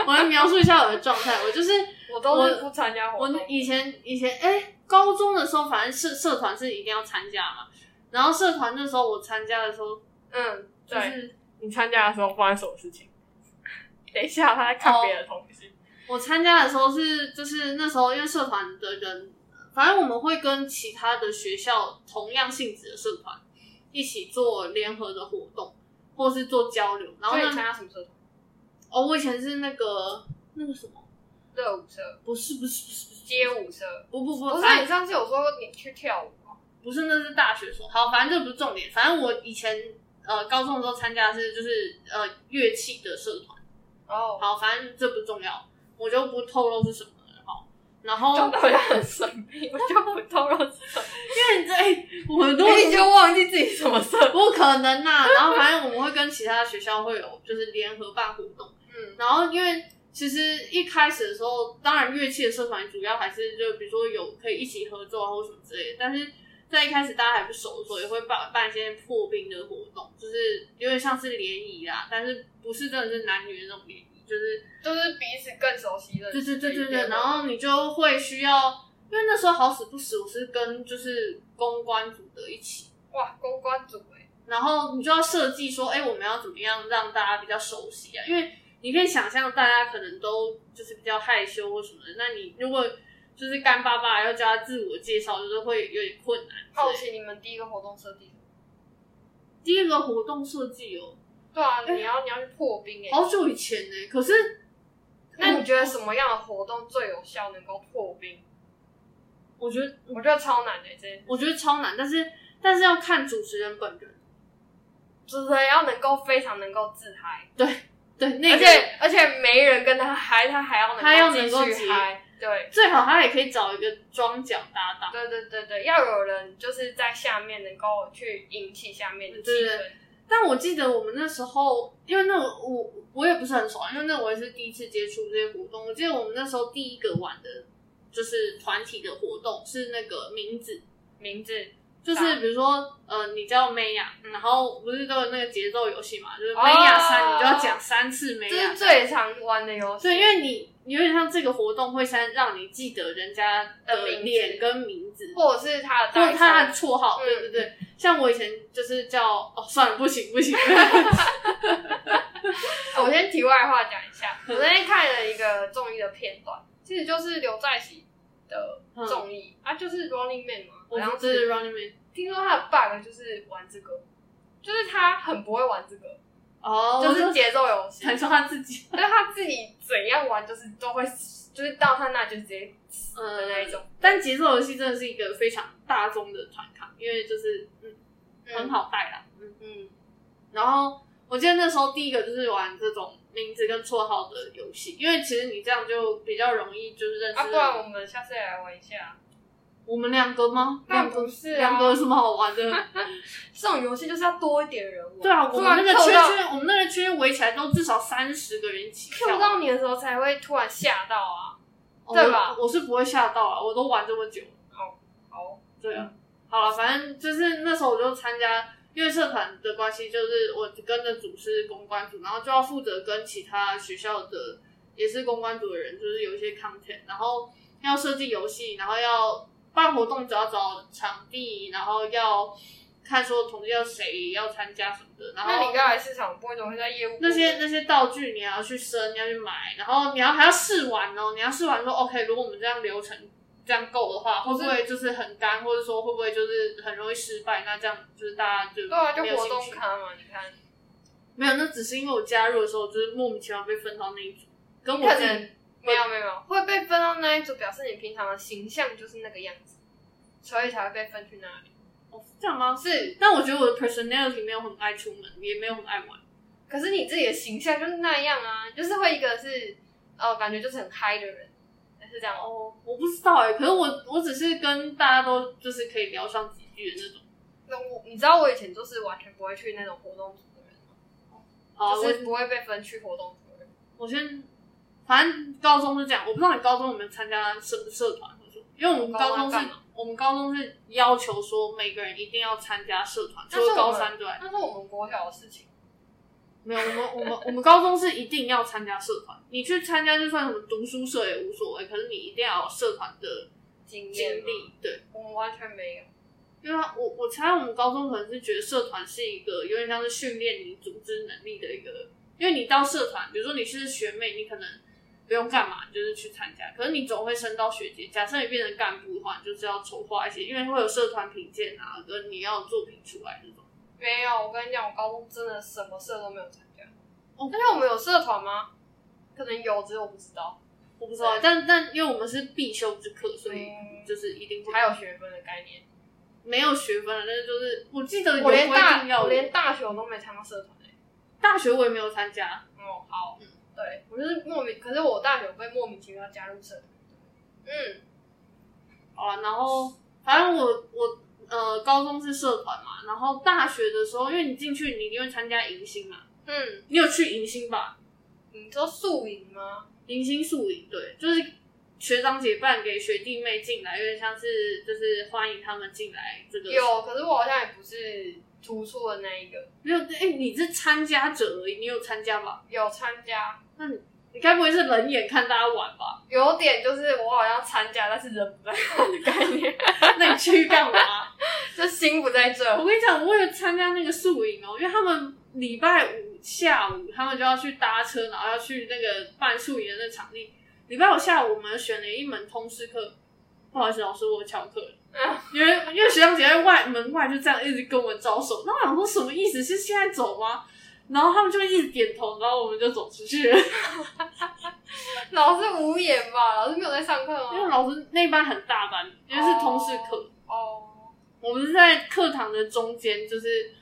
[SPEAKER 2] 我来描述一下我的状态，我就是
[SPEAKER 1] 我都是不参加活
[SPEAKER 2] 我
[SPEAKER 1] 动。
[SPEAKER 2] 以前以前哎、高中的时候，反正社社团是一定要参加嘛。然后社团那时候我参加的时候，
[SPEAKER 1] 嗯，
[SPEAKER 2] 就
[SPEAKER 1] 对。
[SPEAKER 2] 是
[SPEAKER 1] 你参加的时候发生什么事情？ [LAUGHS] 等一下，他在看别的东西。
[SPEAKER 2] 我参加的时候是就是那时候因为社团的人，反正我们会跟其他的学校同样性质的社团一起做联合的活动，或是做交流。然后
[SPEAKER 1] 所以你
[SPEAKER 2] 呢，
[SPEAKER 1] 参加什么社团？
[SPEAKER 2] 哦，我以前是那个那个什么，
[SPEAKER 1] 热舞社、
[SPEAKER 2] 不是不是不是不是
[SPEAKER 1] 街舞社。
[SPEAKER 2] 不不不，
[SPEAKER 1] 不
[SPEAKER 2] 反
[SPEAKER 1] 是
[SPEAKER 2] 正
[SPEAKER 1] 你上次有说你去跳舞吗？
[SPEAKER 2] 不是，那是大学时候。好，反正这不是重点。反正我以前呃高中的时候参加的是就是呃乐器的社团。
[SPEAKER 1] 哦，
[SPEAKER 2] 好，反正这不重要，我就不透露是什么了。好，然后
[SPEAKER 1] 就好像很神秘，我就不透露自己。
[SPEAKER 2] 因为你这哎，我都
[SPEAKER 1] 你就忘记自己什么社？
[SPEAKER 2] [LAUGHS] 不可能呐、然后反正我们会跟其他学校会有就是联合办活动。
[SPEAKER 1] 嗯
[SPEAKER 2] 然后因为其实一开始的时候，当然乐器的社团主要还是就比如说有可以一起合作啊或什么之类的，但是在一开始大家还不熟的时候，也会办办一些破冰的活动，就是有点像是联谊啦，但是不是真的是男女的那种联谊，就是
[SPEAKER 1] 就是彼此更熟悉的。
[SPEAKER 2] 对对对对对，然后你就会需要。因为那时候好死不死，我是跟就是公关组的一起，
[SPEAKER 1] 哇，公关组哎，
[SPEAKER 2] 然后你就要设计说，哎、我们要怎么样让大家比较熟悉啊？因为你可以想象，大家可能都就是比较害羞或什么的，那你如果就是干巴巴要叫他自我介绍，就是会有点困难。
[SPEAKER 1] 好奇你们第一个活动设计什么？
[SPEAKER 2] 第一个活动设计哦，
[SPEAKER 1] 对啊，你要你要去破冰哎。
[SPEAKER 2] 好久以前呢、可是
[SPEAKER 1] 那嗯你觉得什么样的活动最有效能够破冰？
[SPEAKER 2] 我觉得
[SPEAKER 1] 我觉得超难的这件事
[SPEAKER 2] 我觉得超难，但是但是要看主持人本人。
[SPEAKER 1] 主持人要能够非常能够自嗨，
[SPEAKER 2] 对，那
[SPEAKER 1] 而
[SPEAKER 2] 个
[SPEAKER 1] 且而且没人跟他嗨，他还要
[SPEAKER 2] 他要
[SPEAKER 1] 能
[SPEAKER 2] 能够
[SPEAKER 1] 继
[SPEAKER 2] 接
[SPEAKER 1] 续嗨，对
[SPEAKER 2] 最好他也可以找一个装脚搭档。
[SPEAKER 1] 对对对对，要有人就是在下面能够去引起下面的气
[SPEAKER 2] 对
[SPEAKER 1] 氛，
[SPEAKER 2] 但我记得我们那时候，因为那我我我也不是很熟啊，因为那我也是第一次接触这些活动。我记得我们那时候第一个玩的就是团体的活动，是那个名字，
[SPEAKER 1] 名字
[SPEAKER 2] 就是比如说呃，你叫 Maya，
[SPEAKER 1] 嗯
[SPEAKER 2] 然后不是都有那个节奏游戏嘛，就是
[SPEAKER 1] 哦啊
[SPEAKER 2] Maya 三、你就要讲三次
[SPEAKER 1] 这是
[SPEAKER 2] Maya。
[SPEAKER 1] 最常玩的游戏，
[SPEAKER 2] 对，因为你有点像这个活动会先让你记得人家
[SPEAKER 1] 的
[SPEAKER 2] 的
[SPEAKER 1] 名字
[SPEAKER 2] 脸跟名字，
[SPEAKER 1] 或者是他的
[SPEAKER 2] 或
[SPEAKER 1] 代
[SPEAKER 2] 者他的
[SPEAKER 1] 称，
[SPEAKER 2] 绰号，
[SPEAKER 1] 嗯
[SPEAKER 2] 对对对。像我以前就是叫哦，算了，不行
[SPEAKER 1] [LAUGHS]
[SPEAKER 2] 不行。 [LAUGHS]
[SPEAKER 1] 啊我先题外话讲一下，我那天看了一个综艺的片段，其实就是刘在熙的综艺、啊，就是 Running Man 嘛，
[SPEAKER 2] 我
[SPEAKER 1] 然后
[SPEAKER 2] 不是 Running Man。
[SPEAKER 1] 听说他的 bug 就是玩这个，就是他很不会玩这个，
[SPEAKER 2] 哦
[SPEAKER 1] 就
[SPEAKER 2] 就是是
[SPEAKER 1] 节奏游戏，
[SPEAKER 2] 才说他
[SPEAKER 1] [LAUGHS]
[SPEAKER 2] 自己，
[SPEAKER 1] 但他自己怎样玩就是都会死，就是到他那就直接死的那一种，
[SPEAKER 2] 但节奏游戏真的是一个非常大众的团康，因为就是嗯很好带啦，嗯嗯。然后我记得那时候第一个就是玩这种名字跟绰号的游戏，因为其实你这样就比较容易就是认识。
[SPEAKER 1] 啊，不然我们下次也来玩一下。
[SPEAKER 2] 我们两个吗？
[SPEAKER 1] 那
[SPEAKER 2] 两个
[SPEAKER 1] 不是啊
[SPEAKER 2] 两个有什么好
[SPEAKER 1] [LAUGHS]
[SPEAKER 2] 玩的？
[SPEAKER 1] 这种游戏就是要多一点人玩，
[SPEAKER 2] 对啊，我
[SPEAKER 1] 突
[SPEAKER 2] 们
[SPEAKER 1] 然
[SPEAKER 2] 那个
[SPEAKER 1] 扣
[SPEAKER 2] 圈
[SPEAKER 1] 到
[SPEAKER 2] 圈，我们那个圈圈围起来都至少三十个人起跳
[SPEAKER 1] Q 到你的时候才会突然吓到啊。
[SPEAKER 2] 哦
[SPEAKER 1] 对吧
[SPEAKER 2] 我？我是不会吓到啊，我都玩这么久了。
[SPEAKER 1] 好，
[SPEAKER 2] 对啊，好了，反正就是那时候我就参加，因为社团的关系，就是我跟着组是公关组，然后就要负责跟其他学校的也是公关组的人，就是有一些 content，然后要设计游戏，然后要办活动，只要找场地，然后要看说统计要谁要参加什么的，然后
[SPEAKER 1] 那你刚才市场部总会在业务部
[SPEAKER 2] 那些那些道具你要去生，你要去买，然后你要还要试玩哦，你要试玩说 OK，如果我们这样流程这这样够的话，会
[SPEAKER 1] 或
[SPEAKER 2] 不
[SPEAKER 1] 是
[SPEAKER 2] 会就是很干，或者说会不会就是很容易失败？那这样就是大家就
[SPEAKER 1] 对啊，就
[SPEAKER 2] 没有
[SPEAKER 1] 活
[SPEAKER 2] 兴
[SPEAKER 1] 动
[SPEAKER 2] 趣。
[SPEAKER 1] 咖嘛，你看，
[SPEAKER 2] 没有，那只是因为我加入的时候就是莫名其妙被分到那一组，跟我
[SPEAKER 1] 可
[SPEAKER 2] 自己
[SPEAKER 1] 能没有没有没有会被分到那一组，表示你平常的形象就是那个样子，所以才会被分去那里。
[SPEAKER 2] 哦是这样吗？
[SPEAKER 1] 是，
[SPEAKER 2] 但我觉得我的 personality 没有很爱出门，也没有很爱玩。
[SPEAKER 1] 可是你自己的形象就是那样啊，就是会一个是呃，感觉就是很嗨的人，是这样哦。
[SPEAKER 2] 哦，我不知道哎、可是我我只是跟大家都就是可以聊上几句的那种。
[SPEAKER 1] 那我你知道我以前就是完全不会去那种活动组的人，
[SPEAKER 2] 好，
[SPEAKER 1] 就是
[SPEAKER 2] 哦我
[SPEAKER 1] 不会被分去活动组的人。
[SPEAKER 2] 我先，反正高中是这样，我不知道你高中有没有参加社社团或者什么，因为我们高
[SPEAKER 1] 高
[SPEAKER 2] 中
[SPEAKER 1] 中干
[SPEAKER 2] 是
[SPEAKER 1] 嘛，
[SPEAKER 2] 我们高中是要求说每个人一定要参加社团，除
[SPEAKER 1] 但是
[SPEAKER 2] 了高
[SPEAKER 1] 我们
[SPEAKER 2] 三之外，
[SPEAKER 1] 那是我们国小的事情。
[SPEAKER 2] 没有，我们我们我们高中是一定要参加社团，你去参加就算什么读书社也无所谓，可是你一定要有社团的
[SPEAKER 1] 经验
[SPEAKER 2] 经
[SPEAKER 1] 吗
[SPEAKER 2] 历，对。
[SPEAKER 1] 我们完全没有。
[SPEAKER 2] 因为我我猜我们高中可能是觉得社团是一个有点像是训练你组织能力的一个，因为你到社团，比如说你是学妹，你可能不用干嘛，你就是去参加，可是你总会升到学姐。假设你变成干部的话，你就是要筹划一些，因为会有社团评鉴啊，跟你要有作品出来这种。
[SPEAKER 1] 没有，我跟你讲，我高中真的什么社都没有参加。
[SPEAKER 2] 哦
[SPEAKER 1] 但是我们有社团吗？可能有，只是我不知道。
[SPEAKER 2] 我不知道，但但因为我们是必修之课，所以就是一定会
[SPEAKER 1] 嗯还有学分的概念，
[SPEAKER 2] 没有学分了，但是就是哦我记得有
[SPEAKER 1] 我
[SPEAKER 2] 规
[SPEAKER 1] 连
[SPEAKER 2] 定
[SPEAKER 1] 大
[SPEAKER 2] 要
[SPEAKER 1] 我连大学我都没参加社团欸
[SPEAKER 2] 大学我也没有参加，
[SPEAKER 1] 哦，好，对我就是莫名，可是我大学我会莫名其妙加入社团。嗯，
[SPEAKER 2] 好了，然后反正我我呃高中是社团嘛，然后大学的时候，因为你进去你一定会参加迎新嘛，
[SPEAKER 1] 嗯，
[SPEAKER 2] 你有去迎新吧？
[SPEAKER 1] 你说宿营吗？
[SPEAKER 2] 迎新宿营，对，就是学长姐办给学弟妹进来，有点像是就是欢迎他们进来这个。
[SPEAKER 1] 有，可是我好像也不是突出的那一个，
[SPEAKER 2] 没有？哎、你是参加者而已，你有参加吧？
[SPEAKER 1] 有参加，
[SPEAKER 2] 你该不会是冷眼看大家玩吧？
[SPEAKER 1] 有点就是我好像参加，但是人不在 [LAUGHS] 的概念，
[SPEAKER 2] 那你去干嘛？
[SPEAKER 1] 就心不在这。
[SPEAKER 2] [LAUGHS] 我跟你讲，我有参加那个宿营哦，因为他们礼拜五下午他们就要去搭车，然后要去那个办宿营的那场地。礼拜五下午我们选了一门通识课，不好意思，老师我翘课了。
[SPEAKER 1] 啊
[SPEAKER 2] 因为因为学长姐在外门外就这样一直跟我们招手，那我想说什么意思？是现在走吗？然后他们就一直点头，然后我们就走出去了。
[SPEAKER 1] 老师无言吧？老师没有在上课
[SPEAKER 2] 因为
[SPEAKER 1] 吗？
[SPEAKER 2] 老师那班很大班，因为是通识课，
[SPEAKER 1] 哦，
[SPEAKER 2] 我们是在课堂的中间，就是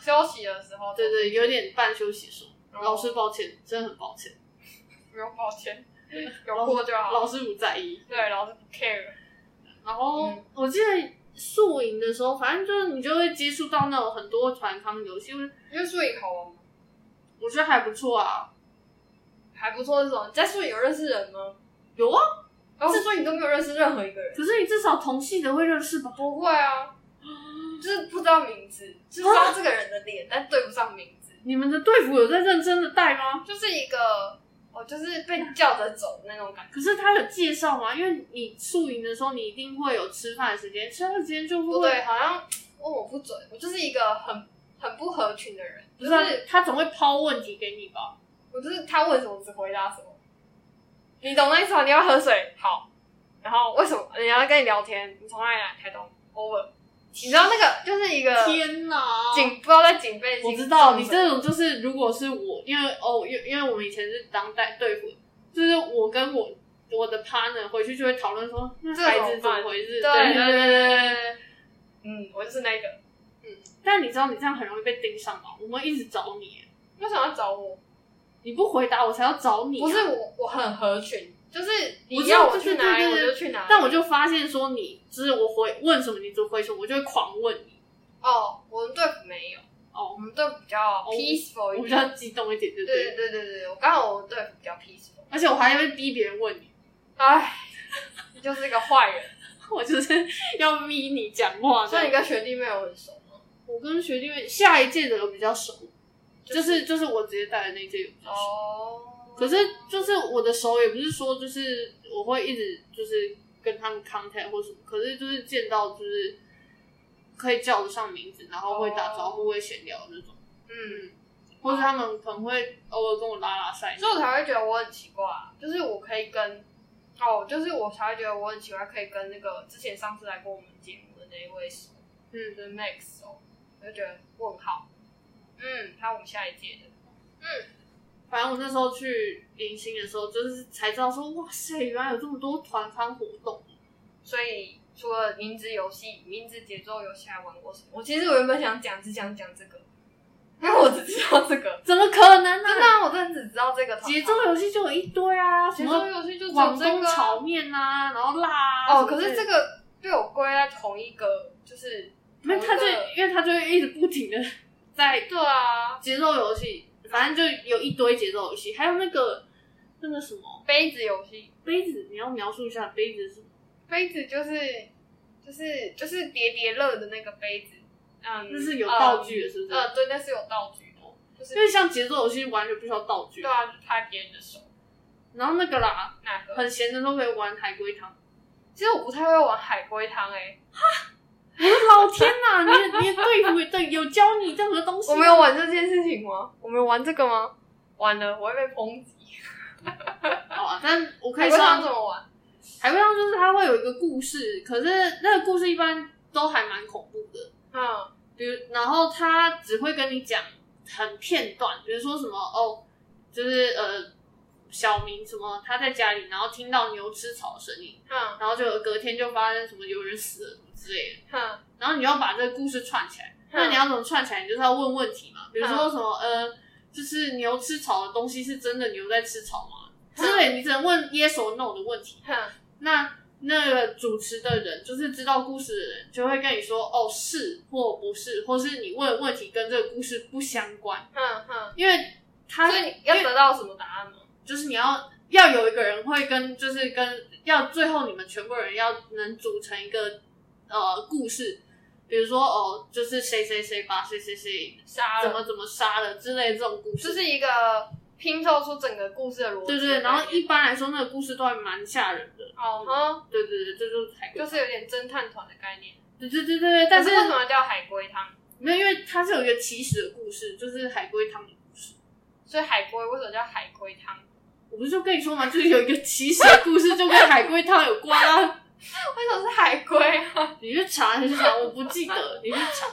[SPEAKER 1] 休息的时候，
[SPEAKER 2] 对对，有点半休息的时候。
[SPEAKER 1] 哦
[SPEAKER 2] 老师抱歉，真的很抱歉。
[SPEAKER 1] 不用抱 [LAUGHS] 歉，有过就好。
[SPEAKER 2] 老师不在意。
[SPEAKER 1] 对，老师不 care。
[SPEAKER 2] 然后、
[SPEAKER 1] 嗯
[SPEAKER 2] 我记得宿营的时候，反正就是你就会接触到那种很多团康游戏，
[SPEAKER 1] 因为宿营好玩吗？
[SPEAKER 2] 我觉得还不错啊。
[SPEAKER 1] 还不错，这种在宿营有认识人吗？
[SPEAKER 2] 有啊，
[SPEAKER 1] 然后宿营都没有认识任何一个人。
[SPEAKER 2] 可是你至少同系的会认识吧？
[SPEAKER 1] 不会啊，就是不知道名字，就是知道这个人的
[SPEAKER 2] 啊
[SPEAKER 1] 脸，但对不上名字，
[SPEAKER 2] 你们的队服有在认真的带吗？
[SPEAKER 1] 就是一个哦，就是被叫着走的那种感觉。
[SPEAKER 2] 可是他有介绍吗？因为你宿营的时候，你一定会有吃饭的时间，吃饭时间就
[SPEAKER 1] 不
[SPEAKER 2] 会
[SPEAKER 1] 对，好像问我不准，我就是一个很很不合群的人，
[SPEAKER 2] 不
[SPEAKER 1] 就是
[SPEAKER 2] 啊他总会抛问题给你吧？
[SPEAKER 1] 我就是他问什么只回答什么，你懂那意思吗？你要喝水，好，然后为什么人家跟你聊天？你从哪里来？台东，over。你知道那个就是一个
[SPEAKER 2] 天哪！
[SPEAKER 1] 警，不知道在警备心
[SPEAKER 2] 我知道
[SPEAKER 1] 中
[SPEAKER 2] 你
[SPEAKER 1] 什么
[SPEAKER 2] 这种就是，如果是我，因为哦，因为因为我们以前是当代队服，就是我跟我我的 partner 回去就会讨论说，那
[SPEAKER 1] 这怎么
[SPEAKER 2] 孩
[SPEAKER 1] 办
[SPEAKER 2] 子怎么回
[SPEAKER 1] 对
[SPEAKER 2] 事？对
[SPEAKER 1] 对
[SPEAKER 2] 啊对
[SPEAKER 1] 对
[SPEAKER 2] 对
[SPEAKER 1] 对
[SPEAKER 2] 对。
[SPEAKER 1] 对，嗯，我就是那个。
[SPEAKER 2] 但你知道你这样很容易被盯上吗？我们一直找你，
[SPEAKER 1] 为什么要找我？
[SPEAKER 2] 你不回答我才要找你、啊
[SPEAKER 1] 不是，我，我很合群，就是你
[SPEAKER 2] 我知道
[SPEAKER 1] 要我去哪里
[SPEAKER 2] 对对
[SPEAKER 1] 我
[SPEAKER 2] 对
[SPEAKER 1] 就去哪里。
[SPEAKER 2] 但我就发现说你，就是我回问什么你就回什么，我就会狂问你。
[SPEAKER 1] 哦，我们队服没有，我
[SPEAKER 2] 哦，
[SPEAKER 1] 们队服比较
[SPEAKER 2] 哦
[SPEAKER 1] peaceful
[SPEAKER 2] 我
[SPEAKER 1] 一
[SPEAKER 2] 比
[SPEAKER 1] 点。
[SPEAKER 2] 较激动一点，对不对？
[SPEAKER 1] 对对对对对，我刚好我们队服比较 peaceful。
[SPEAKER 2] 而且我还会逼别人问你， [LAUGHS]
[SPEAKER 1] 唉，你就是一个坏人。
[SPEAKER 2] 我就是 [LAUGHS] 要逼你讲话。
[SPEAKER 1] 所以你跟学弟妹有很熟吗？
[SPEAKER 2] 我跟学弟妹下一届的有比较熟，就是就是我直接带的那一届有比较熟。
[SPEAKER 1] 哦
[SPEAKER 2] 可是就是我的熟也不是说就是我会一直就是跟他们 contact 或什么，可是就是见到就是可以叫得上名字，然后会打招
[SPEAKER 1] 哦
[SPEAKER 2] 呼、会闲聊那种，
[SPEAKER 1] 嗯，
[SPEAKER 2] 或者他们可能会偶尔跟我拉拉赛。
[SPEAKER 1] 所以我才会觉得我很奇怪、啊，就是我可以跟哦，就是我才会觉得我很喜欢可以跟那个之前上次来过我们节目的那一位熟，
[SPEAKER 2] 嗯
[SPEAKER 1] 就是 Max 熟，我就觉得问号，嗯，他我们下一届的，
[SPEAKER 2] 反正我那时候去迎新的时候，就是才知道说，哇塞，原来有这么多团康活动。
[SPEAKER 1] 所以除了名字游戏、名字节奏游戏还玩过什么？我其实我原本想讲只想讲这个，因为我只知道这个，
[SPEAKER 2] 怎么可能呢、
[SPEAKER 1] 真的啊、我真的只知道这个团
[SPEAKER 2] 节奏游戏就有一堆啊，什
[SPEAKER 1] 节奏
[SPEAKER 2] 么
[SPEAKER 1] 游戏就只有
[SPEAKER 2] 广
[SPEAKER 1] 这个
[SPEAKER 2] 东
[SPEAKER 1] 啊
[SPEAKER 2] 炒面啊，然后辣啊。
[SPEAKER 1] 哦，可是这
[SPEAKER 2] 个，
[SPEAKER 1] 个被我归在同一个，就是
[SPEAKER 2] 那他就
[SPEAKER 1] 同一个
[SPEAKER 2] 因为他就一直不停的在
[SPEAKER 1] 对啊，
[SPEAKER 2] 节奏游戏，反正就有一堆节奏游戏，还有那个那个什么
[SPEAKER 1] 杯子游戏，
[SPEAKER 2] 杯子，你要描述一下杯子是什么？
[SPEAKER 1] 杯子就是就是就是叠叠乐的那个杯子，嗯，
[SPEAKER 2] 那是有道具的，是
[SPEAKER 1] 嗯，
[SPEAKER 2] 不是？
[SPEAKER 1] 呃，对，那是有道具的，就是
[SPEAKER 2] 因为像节奏游戏完全不需要道具
[SPEAKER 1] 对，啊，就拍别人的手
[SPEAKER 2] 然后那个啦，
[SPEAKER 1] 那个。
[SPEAKER 2] 很闲的都可以玩海龟
[SPEAKER 1] [LAUGHS]
[SPEAKER 2] 汤。
[SPEAKER 1] 其实我不太会玩海龟汤欸诶，
[SPEAKER 2] 老天呐，你的你的队服对有教你这样的东西？
[SPEAKER 1] 我没有，玩这件事情吗？我没有玩这个吗？完了，我会被抨击。
[SPEAKER 2] 好啊，但我可
[SPEAKER 1] 海
[SPEAKER 2] 以
[SPEAKER 1] 龟汤
[SPEAKER 2] 上
[SPEAKER 1] 怎么玩？
[SPEAKER 2] 海龟汤就是它会有一个故事，可是那个故事一般都还蛮恐怖的。
[SPEAKER 1] 嗯，
[SPEAKER 2] 比如，然后他只会跟你讲很片段，比如说什么哦，就是呃，小明什么他在家里，然后听到牛吃草的声音，
[SPEAKER 1] 哼
[SPEAKER 2] 然后就隔天就发生什么有人死了什么之类的，
[SPEAKER 1] 哼，
[SPEAKER 2] 然后你要把这个故事串起来。
[SPEAKER 1] 嗯
[SPEAKER 2] 那你要怎么串起来？你就是要问问题嘛，比如说什么呃，就是牛吃草的东西是真的牛在吃草吗？之类，你只能问 yes or no 的问题。
[SPEAKER 1] 哼
[SPEAKER 2] 那那个主持的人，就是知道故事的人，就会跟你说哦是或不是，或是你问的问题跟这个故事不相关，
[SPEAKER 1] 哼哼。
[SPEAKER 2] 因为他
[SPEAKER 1] 嗯所以你要
[SPEAKER 2] 因为
[SPEAKER 1] 得到什么答案吗？
[SPEAKER 2] 就是你要要有一个人会跟就是跟要最后你们全部人要能组成一个呃故事，比如说哦就是谁谁谁把谁谁谁
[SPEAKER 1] 杀
[SPEAKER 2] 怎
[SPEAKER 1] 人
[SPEAKER 2] 么怎么杀了之类的这种故事，
[SPEAKER 1] 就是一个拼凑出整个故事的逻辑。
[SPEAKER 2] 对对对，然后一般来说那个故事都还蛮吓人的，
[SPEAKER 1] 哦，哈，
[SPEAKER 2] 对对对，这就是海龟
[SPEAKER 1] 就是有点侦探团的概念。
[SPEAKER 2] 对对对对对，但
[SPEAKER 1] 可
[SPEAKER 2] 是
[SPEAKER 1] 是为什么叫海龟汤？
[SPEAKER 2] 没有，因为它是有一个起始的故事，就是海龟汤的故事。
[SPEAKER 1] 所以海龟为什么叫海龟汤？ [LAUGHS]
[SPEAKER 2] 我不是就跟你说嘛，就是有一个起始的故事，就跟海龟汤有关啊。 [LAUGHS]
[SPEAKER 1] 为什么是海龟啊？
[SPEAKER 2] 你去查，你去查，我不记得，你去查。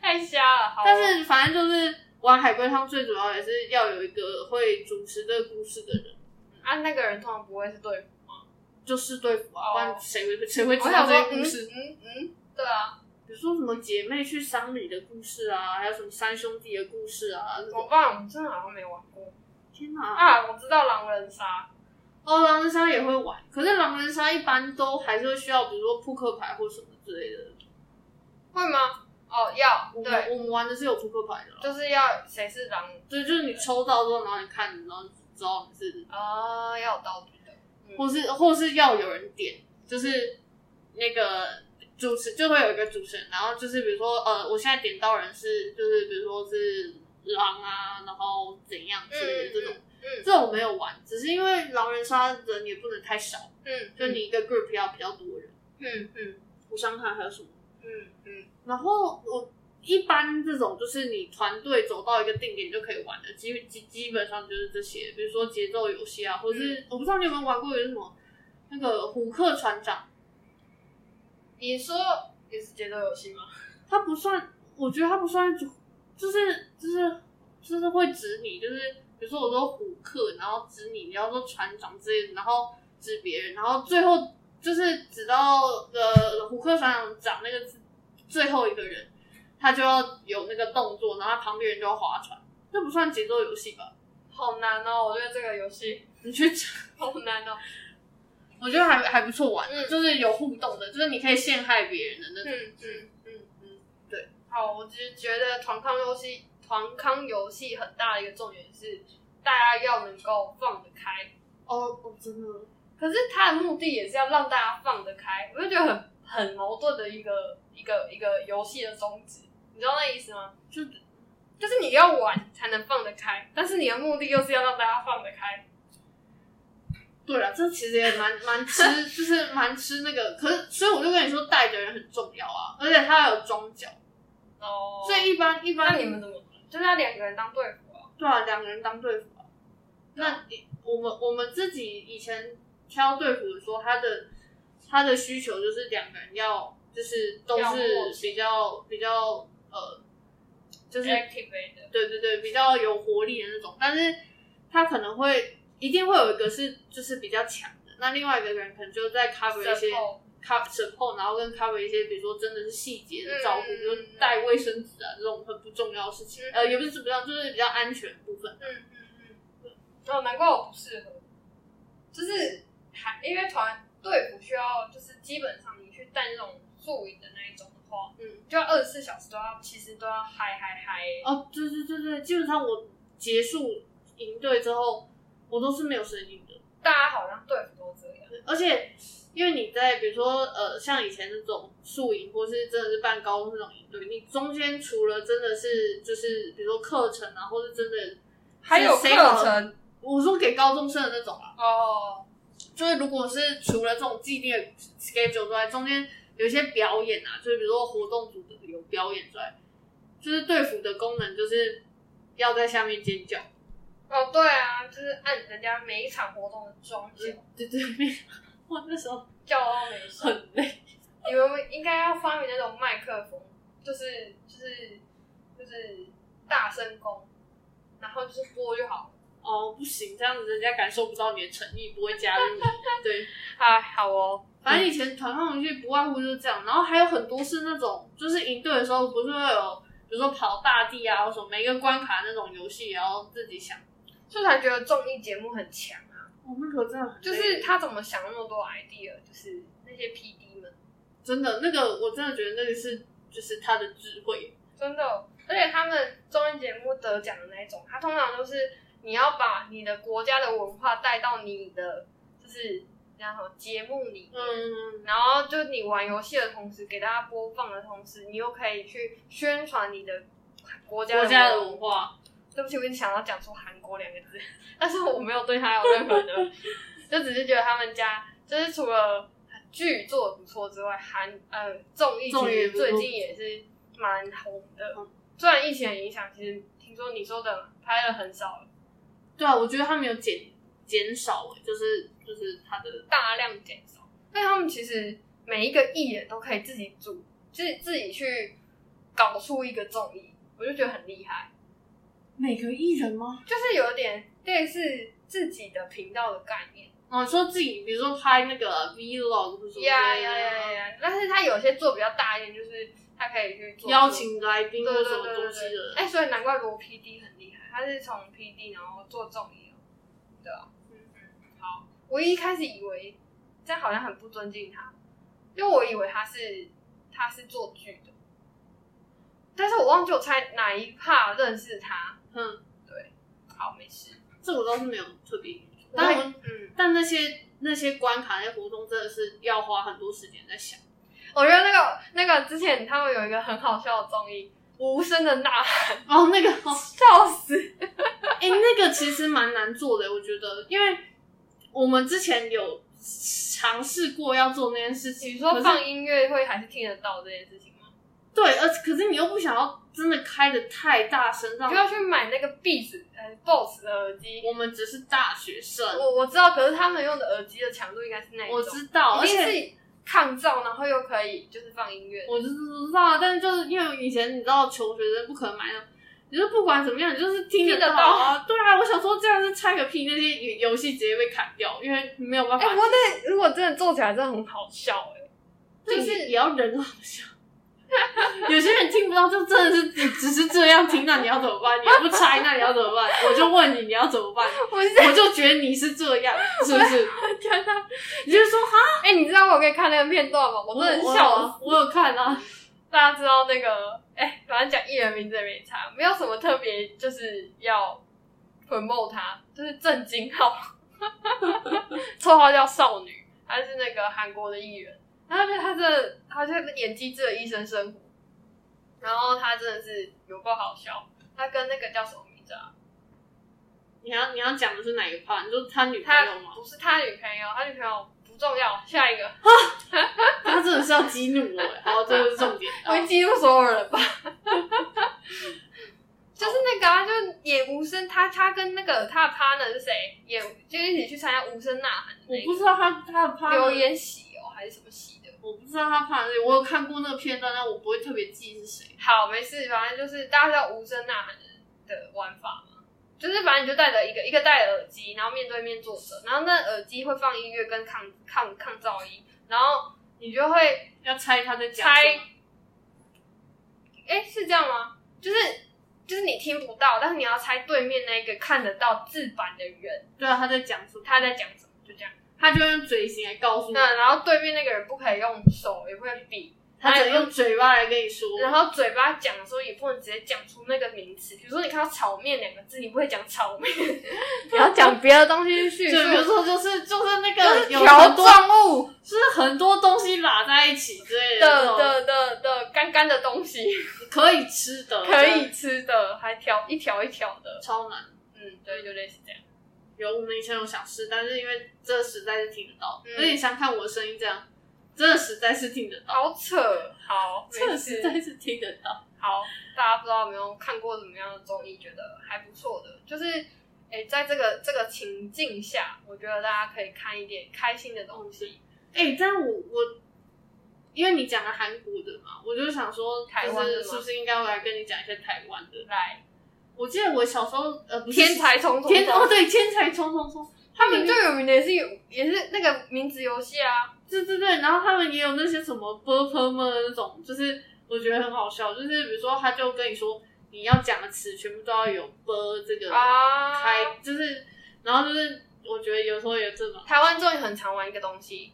[SPEAKER 1] 太瞎了。好哦
[SPEAKER 2] 但是反正就是玩海龟汤，最主要也是要有一个会主持这个故事的人，
[SPEAKER 1] 啊，那个人通常不会是对付。
[SPEAKER 2] 就是对付啊，
[SPEAKER 1] 哦
[SPEAKER 2] 不然谁会谁会
[SPEAKER 1] 我
[SPEAKER 2] 知道
[SPEAKER 1] 想
[SPEAKER 2] 这
[SPEAKER 1] 说，嗯
[SPEAKER 2] 些故事？
[SPEAKER 1] 嗯嗯，对啊，
[SPEAKER 2] 比如说什么姐妹去丧礼的故事啊，还有什么三兄弟的故事啊。这
[SPEAKER 1] 怎
[SPEAKER 2] 种
[SPEAKER 1] 么办？我们真的好像没玩过
[SPEAKER 2] 天哪！
[SPEAKER 1] 啊。我知道狼人杀，
[SPEAKER 2] 哦，狼人杀也会玩，可是狼人杀一般都还是会需要，比如说扑克牌或什么之类的。
[SPEAKER 1] 会吗？哦，要
[SPEAKER 2] 我们
[SPEAKER 1] 对，
[SPEAKER 2] 我们玩的是有扑克牌的啦，
[SPEAKER 1] 就是要谁是狼
[SPEAKER 2] 对，就是你抽到之后，然后你看，然后知道你是，哦
[SPEAKER 1] 啊，要有道具的。
[SPEAKER 2] 或是或是要有人点，就是那个主持就会有一个主持人，然后就是比如说呃，我现在点到人是就是比如说是狼啊，然后怎样之类的这种，
[SPEAKER 1] 嗯嗯
[SPEAKER 2] 这种没有玩，只是因为狼人杀人也不能太少，
[SPEAKER 1] 嗯，
[SPEAKER 2] 就你一个 group 要比较多人。
[SPEAKER 1] 嗯嗯
[SPEAKER 2] 我想想看还有什么。
[SPEAKER 1] 嗯嗯
[SPEAKER 2] 然后我一般这种就是你团队走到一个定点就可以玩的，基基基本上就是这些，比如说节奏游戏啊，或者是、我不知道你有没有玩过有什么那个虎克船长，
[SPEAKER 1] 你说也是节奏游戏吗？
[SPEAKER 2] 他不算，我觉得他不算，就是就是就是会指你，就是比如说我说虎克，然后指你，你要说船长之类的，然后指别人，然后最后就是指到呃虎克船长长那个字最后一个人，他就要有那个动作，然后他旁边人就要划船，这不算节奏游戏吧？
[SPEAKER 1] 好难哦，我觉得这个游戏
[SPEAKER 2] 你去查，
[SPEAKER 1] 好难哦。
[SPEAKER 2] [LAUGHS] 我觉得还还不错玩，啊
[SPEAKER 1] 嗯
[SPEAKER 2] 就是有互动的，就是你可以陷害别人的那种。
[SPEAKER 1] 嗯嗯嗯嗯，对。好，我只是觉得团康游戏，团康游戏很大的一个重点是大家要能够放得开，
[SPEAKER 2] 哦哦，真的，
[SPEAKER 1] 可是它的目的也是要让大家放得开，我就觉得很很矛盾的一个一个一个游戏的宗旨，你知道那意思吗？
[SPEAKER 2] 就
[SPEAKER 1] 就是你要玩才能放得开，但是你的目的又是要让大家放得开。
[SPEAKER 2] 对了，这其实也蛮蛮吃， [LAUGHS] 就是蛮吃那个。可是，所以我就跟你说，带的人很重要啊，而且他还有装脚，
[SPEAKER 1] 哦
[SPEAKER 2] 所
[SPEAKER 1] 所以
[SPEAKER 2] 以一般一
[SPEAKER 1] 那
[SPEAKER 2] 般
[SPEAKER 1] 你们怎么玩？就是要两个人当队服啊？
[SPEAKER 2] 对啊，两个人当队服啊。那你我们我们自己以前挑队服的说，他的他的需求就是两个人要就是都
[SPEAKER 1] 要默
[SPEAKER 2] 是
[SPEAKER 1] 契哎
[SPEAKER 2] 比较比较呃，就是
[SPEAKER 1] ，activated，
[SPEAKER 2] 对对对，比较有活力的那种，但是他可能会一定会有一个是就是比较强的，那另外一个人可能就在 cover 一些
[SPEAKER 1] Support
[SPEAKER 2] cover support，然后跟 cover 一些比如说真的是细节的照顾，
[SPEAKER 3] 嗯
[SPEAKER 2] 比如带卫生纸啊这种很不重要的事情，
[SPEAKER 3] 嗯
[SPEAKER 2] 呃，也不是不重要，就是比较安全的部分。
[SPEAKER 3] 嗯嗯
[SPEAKER 1] 哦，难怪我不适合，就是还因为团队服需要，就是基本上你去带那种助理的那一种的话，
[SPEAKER 2] 嗯，
[SPEAKER 1] 就要二十四小时都要，其实都要嗨嗨嗨欸，
[SPEAKER 2] 哦，对对对对，基本上我结束营队之后，我都是没有声音的。
[SPEAKER 1] 大家好像队服都这样，
[SPEAKER 2] 而且因为你在比如说呃，像以前那种宿营，或是真的是办高中那种营队，你中间除了真的是就是比如说课程啊，或是真的
[SPEAKER 1] 还有
[SPEAKER 2] 谁搞
[SPEAKER 1] 课程
[SPEAKER 2] 我说给高中生的那种啊，
[SPEAKER 1] 哦，
[SPEAKER 2] 就是如果是除了这种既定的 schedule 之外，中间有一些表演啊，就是比如说活动组的有表演之外，就是队服的功能就是要在下面尖叫，
[SPEAKER 1] 哦，对啊，就是按人家每一场活动的装脚
[SPEAKER 2] 对对对， [LAUGHS] 我那时候
[SPEAKER 1] 叫到没声。
[SPEAKER 2] 很累，
[SPEAKER 1] 你们应该要发明那种麦克风，就是就是就是大声公，然后就是播就好了。
[SPEAKER 2] 哦不行，这样子人家感受不到你的诚意，不会加入你，对。
[SPEAKER 1] 哎，好哦，
[SPEAKER 2] 反正以前团上去不外乎就是这样，然后还有很多是那种，就是营队的时候不是会有，比如说跑大地啊，或什么每个关卡那种游戏也要自己想。
[SPEAKER 3] 所以才觉得综艺节目很强，
[SPEAKER 2] 我那个真的很
[SPEAKER 1] 啊就
[SPEAKER 2] 就是是
[SPEAKER 1] 他怎么想那么多 idea，就是那些 PD 们，
[SPEAKER 2] 真的那个，我真的觉得那个是就是他的智慧。
[SPEAKER 1] 真的，而且他们综艺节目得奖的那一种，他通常都是你要把你的国家的文化带到你的就是那什么节目里面。
[SPEAKER 2] 嗯，
[SPEAKER 1] 然后就你玩游戏的同时，给大家播放的同时，你又可以去宣传你的国家
[SPEAKER 2] 国家的
[SPEAKER 1] 文
[SPEAKER 2] 文化，
[SPEAKER 1] 对不起，我一直想要讲出韩国两个字，但是我没有对他有任何的，就只是觉得他们家就是除了剧做的不错之外，韩呃综艺其
[SPEAKER 2] 综艺也
[SPEAKER 1] 实
[SPEAKER 2] 不错
[SPEAKER 1] 最近也是蛮红的
[SPEAKER 2] 嗯。
[SPEAKER 1] 虽然疫情的影响，其实听说你说的拍的很少了，
[SPEAKER 2] 对啊，我觉得他们有减减少、欸，就是就是他的
[SPEAKER 1] 大量减少，但他们其实每一个艺人都可以自己组，自自己去搞出一个综艺，我就觉得很厉害，
[SPEAKER 2] 每个艺人吗？
[SPEAKER 1] 就是有点类似自己的频道的概念。
[SPEAKER 2] 哦，说自己比如说拍那个 vlog 或者什么之类的
[SPEAKER 1] 呀呀呀呀！但是他有些做比较大一点，就是他可以去做
[SPEAKER 2] 邀请来
[SPEAKER 1] 对
[SPEAKER 2] 宾或
[SPEAKER 1] 对
[SPEAKER 2] 者什
[SPEAKER 1] 对
[SPEAKER 2] 么
[SPEAKER 1] 对
[SPEAKER 2] 东
[SPEAKER 1] 对
[SPEAKER 2] 西的。
[SPEAKER 1] 哎、所以难怪罗 PD 很厉害，他是从 PD 然后做综艺哦。对啊，嗯嗯，好。我一开始以为这样好像很不尊敬他，因为我以为他是他是做剧的，但是我忘记我猜哪一趴认识他。
[SPEAKER 2] 嗯，
[SPEAKER 1] 对，好，没事。
[SPEAKER 2] 这我倒是没有特别研究，但我
[SPEAKER 1] 嗯，
[SPEAKER 2] 但那些那些关卡、那些活动真的是要花很多时间在想。
[SPEAKER 1] 我觉得那个那个之前他们有一个很好笑的综艺《无声的呐喊》。
[SPEAKER 2] 哦，那个，哦
[SPEAKER 1] 笑死！
[SPEAKER 2] 哎、那个其实蛮难做的，我觉得，因为我们之前有尝试过要做那件事情，
[SPEAKER 1] 你说
[SPEAKER 2] 可是
[SPEAKER 1] 放音乐会还是听得到这件事情吗？
[SPEAKER 2] 对，而可是你又不想要真的开的太大声，
[SPEAKER 1] 你
[SPEAKER 2] 让
[SPEAKER 1] 就要去买那个 Beats 呃 Boss 的耳机。
[SPEAKER 2] 我们只是大学生，
[SPEAKER 1] 我我知道，可是他们用的耳机的强度应该是那一种，
[SPEAKER 2] 我知道，而
[SPEAKER 1] 一定
[SPEAKER 2] 且
[SPEAKER 1] 是抗噪，然后又可以就是放音乐。
[SPEAKER 2] 我就是知道啊，但是就是因为以前你知道求学生不可能买那种，你就不管怎么样，你就是听
[SPEAKER 1] 听得
[SPEAKER 2] 到啊。对啊，我想说这样是拆个屁，那些游游戏直接被砍掉，因为没有办
[SPEAKER 1] 哎、
[SPEAKER 2] 法，
[SPEAKER 1] 不过那如果真的做起来，真的很好笑哎、
[SPEAKER 2] 就
[SPEAKER 1] 就是
[SPEAKER 2] 是也要人好笑。有些人听不到，就真的是只只是这样听，那你要怎么办？你不拆，那你要怎么办？我就问你，你要怎么办？
[SPEAKER 1] 我是
[SPEAKER 2] 我就觉得你是这样，是不是？
[SPEAKER 1] [LAUGHS] 真的，
[SPEAKER 2] 你就说哈，
[SPEAKER 1] 哎、你知道我可以看那个片段吗？我真的笑死。
[SPEAKER 2] 我我有看啊，
[SPEAKER 1] 大家知道那个，哎、反正讲艺人名字也没差，没有什么特别，就是要 promote 他，就是郑经浩， [LAUGHS] 绰号叫少女，她是那个韩国的艺人，然后就她这，她就是演机智的医生生活，然后她真的是有够好笑，她跟那个叫什么名字啊？
[SPEAKER 2] 你要你要讲的是哪个 part？你说他女朋
[SPEAKER 1] 她
[SPEAKER 2] 友吗？
[SPEAKER 1] 不是她女朋友，她女朋友不重要，下一个，
[SPEAKER 2] 他真的是要激欸怒我，然后这就是重点。
[SPEAKER 1] 会激怒所有人吧？ [LAUGHS] 就是那个啊，就是演无声，他他跟那个他的 partner 是谁演，就一起去参加无声呐喊的
[SPEAKER 2] 我
[SPEAKER 1] 那
[SPEAKER 2] 不
[SPEAKER 1] 个
[SPEAKER 2] 知道他他的 partner，
[SPEAKER 1] 刘演喜哦还是什么喜的。
[SPEAKER 2] 我不知道他 partner，我有看过那个片段，但我不会特别记是谁。
[SPEAKER 1] 好，没事，反正就是大家知道无声呐喊的玩法嘛，就是反正你就戴着一个一个戴耳机，然后面对面坐着，然后那耳机会放音乐跟抗抗抗噪音，然后你就会
[SPEAKER 2] 要猜他在讲
[SPEAKER 1] 猜
[SPEAKER 2] 什么？
[SPEAKER 1] 哎、是这样吗？就是就是你听不到，但是你要猜对面那个看得到字版的人
[SPEAKER 2] 对啊，他在讲什么？
[SPEAKER 1] 他在讲什么，就这样。
[SPEAKER 2] 他就用嘴型来告诉你，
[SPEAKER 1] 那然后对面那个人不可以用手，也不可以比，
[SPEAKER 2] 他只能用嘴巴来跟你说。
[SPEAKER 1] 然后嘴巴讲的时候也不能直接讲出那个名词。比如说你看到炒面两个字，你不会讲炒面， [LAUGHS]
[SPEAKER 4] 你要讲别的东西去
[SPEAKER 2] 就
[SPEAKER 4] 叙
[SPEAKER 2] 比如
[SPEAKER 4] 述，
[SPEAKER 2] 说，就是就是那
[SPEAKER 4] 就是
[SPEAKER 2] 个有
[SPEAKER 4] 条
[SPEAKER 2] 很多，
[SPEAKER 4] 状物。
[SPEAKER 2] 就是很多东西拉在一起之类的那
[SPEAKER 1] 的
[SPEAKER 2] 种，
[SPEAKER 1] 的的的干干的东西，
[SPEAKER 2] 可以吃的，
[SPEAKER 1] 可以吃的，还条一条一条的。
[SPEAKER 2] 超难。
[SPEAKER 1] 嗯，对，就类似这样。
[SPEAKER 2] 有我们以前有想试，但是因为这实在是听得到，
[SPEAKER 1] 嗯
[SPEAKER 2] 而且你想看我的声音这样，真的实在是听得到，
[SPEAKER 1] 好扯，好，
[SPEAKER 2] 真
[SPEAKER 1] 没
[SPEAKER 2] 的
[SPEAKER 1] 事
[SPEAKER 2] 实在是听得到。
[SPEAKER 1] 好，大家不知道有没有看过怎么样的综艺，觉得还不错的，就是诶、在这个这个情境下，我觉得大家可以看一点开心的东西。
[SPEAKER 2] 哎、但我我因为你讲了韩国的嘛，我就想说，
[SPEAKER 1] 台
[SPEAKER 2] 就
[SPEAKER 1] 湾的
[SPEAKER 2] 是
[SPEAKER 1] 吗
[SPEAKER 2] 是不是应该我来跟你讲一下台湾的？
[SPEAKER 1] 来，
[SPEAKER 2] 我记得我小时候呃，不是
[SPEAKER 1] 天才冲冲嗯
[SPEAKER 2] 天哦
[SPEAKER 1] 冲，
[SPEAKER 2] 对，天才冲冲冲，
[SPEAKER 1] 他们最有名的也是有也是那个名字游戏啊，
[SPEAKER 2] 对对对，然后他们也有那些什么 b u r p e 们那种，就是我觉得很好笑，就是比如说他就跟你说你要讲的词全部都要有 b 这个
[SPEAKER 1] 啊，
[SPEAKER 2] 开，就是然后就是我觉得有时候有这种
[SPEAKER 1] 台湾综艺很常玩一个东西，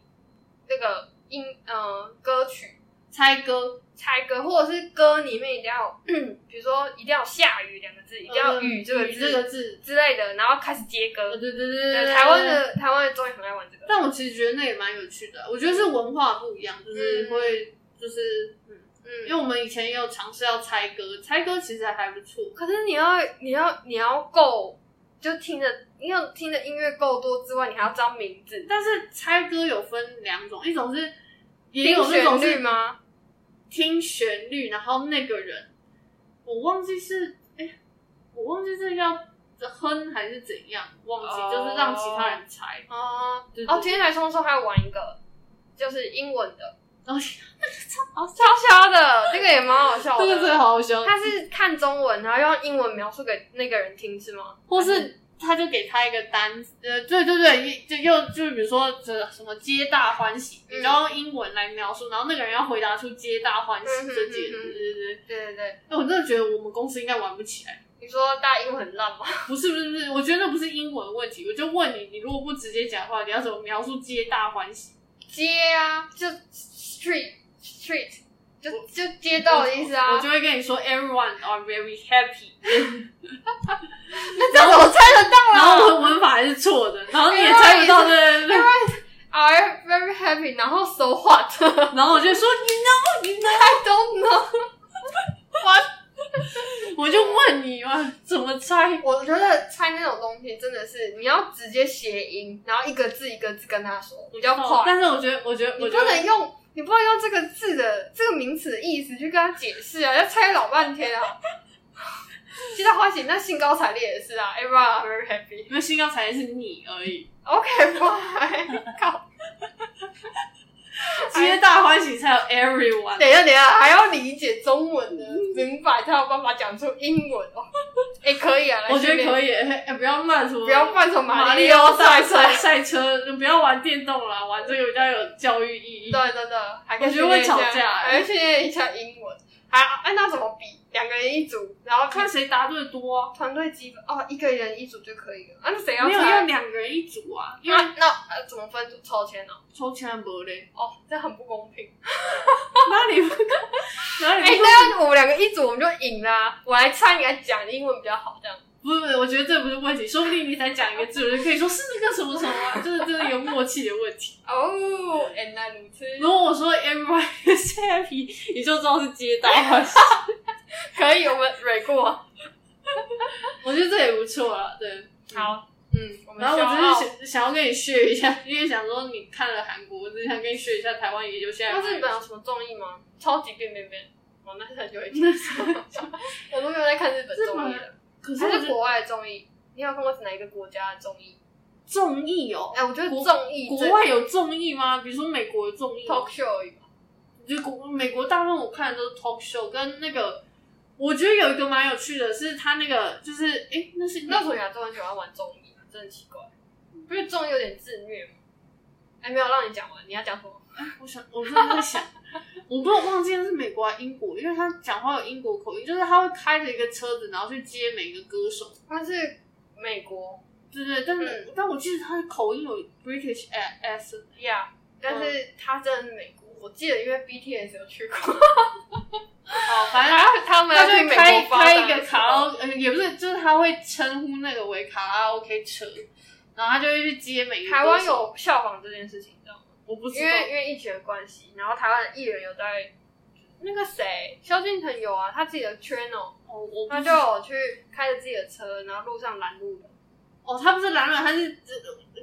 [SPEAKER 1] 那个音呃歌曲。
[SPEAKER 2] 猜歌，
[SPEAKER 1] 猜歌，或者是歌里面一定要 [CLEARS THROAT] 有，比如说一定要有下雨两个字，一
[SPEAKER 2] 一
[SPEAKER 1] 定要雨这个字、
[SPEAKER 2] 雨呃这个字，
[SPEAKER 1] 之类的，然后开始接歌
[SPEAKER 2] 呃。对对对
[SPEAKER 1] 对，
[SPEAKER 2] 对，
[SPEAKER 1] 台湾。的台湾的综艺很爱玩这个。
[SPEAKER 2] 但我其实觉得那也蛮有趣的，我觉得是文化不一样，就是会就是嗯，因
[SPEAKER 1] 嗯，
[SPEAKER 2] 为我们以前也有尝试要猜歌，猜歌其实还不错，
[SPEAKER 1] 可是你要你要你要够，就听的，你要听的音乐够多之外，你还要知道名字。
[SPEAKER 2] 但是猜歌有分两种，一种是也
[SPEAKER 1] 听
[SPEAKER 2] 有那种
[SPEAKER 1] 旋律
[SPEAKER 2] 是
[SPEAKER 1] 吗？
[SPEAKER 2] 听旋律，然后那个人我忘记是哎、我忘记是要哼还是怎样，忘记、
[SPEAKER 1] 哦
[SPEAKER 2] 就是让其他人猜。
[SPEAKER 1] 哦
[SPEAKER 2] 对对
[SPEAKER 1] 哦，天才冲冲还有玩一个，就是英文的，
[SPEAKER 2] 然后
[SPEAKER 1] 超笑的，这个也蛮好笑的。
[SPEAKER 2] [LAUGHS] 这个真的好好笑，
[SPEAKER 1] 他是看中文，然后用英文描述给那个人听，是吗？
[SPEAKER 2] 或是。他就给他一个单，呃，对对对，就又就是比如说这什么“皆大欢喜”，
[SPEAKER 1] 嗯
[SPEAKER 2] 你就用英文来描述，然后那个人要回答出“皆大欢喜
[SPEAKER 1] 嗯哼”
[SPEAKER 2] 这几个
[SPEAKER 1] 嗯哼
[SPEAKER 2] 字，对对对。
[SPEAKER 1] 对对对，
[SPEAKER 2] 哎，我真的觉得我们公司应该玩不起来。
[SPEAKER 1] 你说大家英文很烂 [LAUGHS] 吗？
[SPEAKER 2] 不是不是不是，我觉得那不是英文问题，我就问你，你如果不直接讲话，你要怎么描述皆大欢喜？
[SPEAKER 1] 街啊，就 street street，就就街道的意思啊。 [LAUGHS]
[SPEAKER 2] 我就会跟你说 everyone are very happy，
[SPEAKER 4] 那这样我猜得到
[SPEAKER 1] 啊
[SPEAKER 2] 然后
[SPEAKER 4] 啦。
[SPEAKER 2] 文文法还是错的，然后你也猜不到对对对，
[SPEAKER 1] are very happy，然后 so [LAUGHS] what？I
[SPEAKER 2] 然后我就说 you know you know，
[SPEAKER 1] don't know。
[SPEAKER 2] 我就问你嘛，怎么猜？
[SPEAKER 1] 我觉得猜那种东西真的是你要直接谐音，然后一个字一个字跟他说比较快。
[SPEAKER 2] 但是我觉得我觉得
[SPEAKER 1] 你
[SPEAKER 2] 我
[SPEAKER 1] 不
[SPEAKER 2] 觉得
[SPEAKER 1] 能用你不能用这个字的这个名词的意思去跟他解释啊，要猜老半天啊。 [LAUGHS] 其他花型那兴高采烈也是啊，everyone are very happy。
[SPEAKER 2] 因为兴高采烈是你
[SPEAKER 1] [LAUGHS]
[SPEAKER 2] 而已，
[SPEAKER 1] OK [LAUGHS] fine，靠，
[SPEAKER 2] 皆大欢喜才有 everyone。
[SPEAKER 1] 等一下等一下，还要理解中文的明白才有办法讲出英文哦。哎、可以啊，来
[SPEAKER 2] 我觉
[SPEAKER 1] 训
[SPEAKER 2] 得
[SPEAKER 1] 练
[SPEAKER 2] 可以，哎、哎不要慢什么，
[SPEAKER 1] 不要扮成
[SPEAKER 2] 马
[SPEAKER 1] 马
[SPEAKER 2] 里
[SPEAKER 1] 里
[SPEAKER 2] 奥
[SPEAKER 1] 奥
[SPEAKER 2] 赛
[SPEAKER 1] 赛
[SPEAKER 2] 车
[SPEAKER 1] 车。
[SPEAKER 2] 赛车，就不要玩电动啦，玩这个比较有教育意义。
[SPEAKER 1] 对对啊对，还可
[SPEAKER 2] 我
[SPEAKER 1] 以
[SPEAKER 2] 觉
[SPEAKER 1] 训
[SPEAKER 2] 得会
[SPEAKER 1] 练一下
[SPEAKER 2] 吵架
[SPEAKER 1] 还要训练一下英文，还按照怎么比，两个人一组，然后看
[SPEAKER 2] 看谁答对多啊、
[SPEAKER 1] 团队积分哦，一个人一组就可以了。啊，那谁要
[SPEAKER 2] 没有
[SPEAKER 1] 猜
[SPEAKER 2] 要两个人一组啊，因为
[SPEAKER 1] 那那、呃、怎么分组抽签呢、
[SPEAKER 2] 抽签
[SPEAKER 1] [LAUGHS]
[SPEAKER 2] 不嘞，
[SPEAKER 1] 哦，这很不公平。
[SPEAKER 2] 哪里不哪
[SPEAKER 1] [LAUGHS] 哎、
[SPEAKER 2] 里不
[SPEAKER 1] 那要我们两个一组，我们就赢啦、我来猜，你来讲，你英文比较好，这样。
[SPEAKER 2] 不是，不是我觉得这不是问题，说不定你才讲一个字，我就可以说是那个什么什么、啊， [LAUGHS] 就是真的有默契的问题。
[SPEAKER 1] 哦，原来如此。
[SPEAKER 2] 如果我说 everybody is happy，你就知道是接到了。
[SPEAKER 1] [LAUGHS] 可以，我们蕊过。
[SPEAKER 2] 我觉得这也不错啦，对。
[SPEAKER 1] 好，嗯，我们
[SPEAKER 2] 然后我
[SPEAKER 1] 骄
[SPEAKER 2] 只
[SPEAKER 1] 傲
[SPEAKER 2] 是想想要跟你学一下，因为想说你看了韩国，我只是想跟你学一下台湾也有些还
[SPEAKER 1] 那
[SPEAKER 2] 蛮有趣的。
[SPEAKER 1] 日本有什么综艺吗？超级变变变。哦，那是很久以 [LAUGHS] 前的时候，我都没有在看日本综艺了。
[SPEAKER 2] 可是
[SPEAKER 1] 它
[SPEAKER 2] 我
[SPEAKER 1] 是
[SPEAKER 2] 觉得
[SPEAKER 1] 国外的综艺，你有看过是哪一个国家的综艺？
[SPEAKER 2] 综艺哦，
[SPEAKER 1] 哎，我觉得
[SPEAKER 2] 国
[SPEAKER 1] 综艺
[SPEAKER 2] 国
[SPEAKER 1] 这
[SPEAKER 2] 外有综艺吗？比如说美国的综艺吗
[SPEAKER 1] talk show 而已嘛
[SPEAKER 2] 就国美国大部分我看的都是 talk show，跟那个我觉得有一个蛮有趣的是，他那个就是哎、诶那是
[SPEAKER 1] 那时候亚洲很喜欢玩综艺，真的奇怪，不是综艺有点自虐吗？哎，没有让你讲完，你要讲什么？
[SPEAKER 2] 我想我真的在想， [LAUGHS] 我不是忘记那是美国还是英国，因为他讲话有英国口音，就是他会开着一个车子，然后去接每个歌手，
[SPEAKER 1] 它是美国
[SPEAKER 2] 对对，但是、
[SPEAKER 1] 嗯
[SPEAKER 2] 但我记得他的口音有 British
[SPEAKER 1] [LAUGHS]
[SPEAKER 2] accent，
[SPEAKER 1] ，Yeah，但是它真的是美国。我记得因为 BTS 有去过， [LAUGHS]
[SPEAKER 2] 哦，反正
[SPEAKER 1] 他他们要
[SPEAKER 2] 他
[SPEAKER 1] 去
[SPEAKER 2] 就
[SPEAKER 1] 美
[SPEAKER 2] 开
[SPEAKER 1] 国发
[SPEAKER 2] 开
[SPEAKER 1] 展
[SPEAKER 2] 一个
[SPEAKER 1] 的时候
[SPEAKER 2] 卡拉，呃，也不是，就是他会称呼那个为卡拉 OK 车，然后他就会去接每个
[SPEAKER 1] 台湾
[SPEAKER 2] 歌手，
[SPEAKER 1] 有效仿这件事情，你知道吗？
[SPEAKER 2] 我不知
[SPEAKER 1] 因
[SPEAKER 2] 道，
[SPEAKER 1] 为因为疫情的关系，然后台湾的艺人有在那个谁，萧敬腾有啊，他自己的 channel，
[SPEAKER 2] 哦，我不
[SPEAKER 1] 他
[SPEAKER 2] 知
[SPEAKER 1] 就有去开着自己的车，然后路上拦路人，
[SPEAKER 2] 哦，他不是蓝软，他是指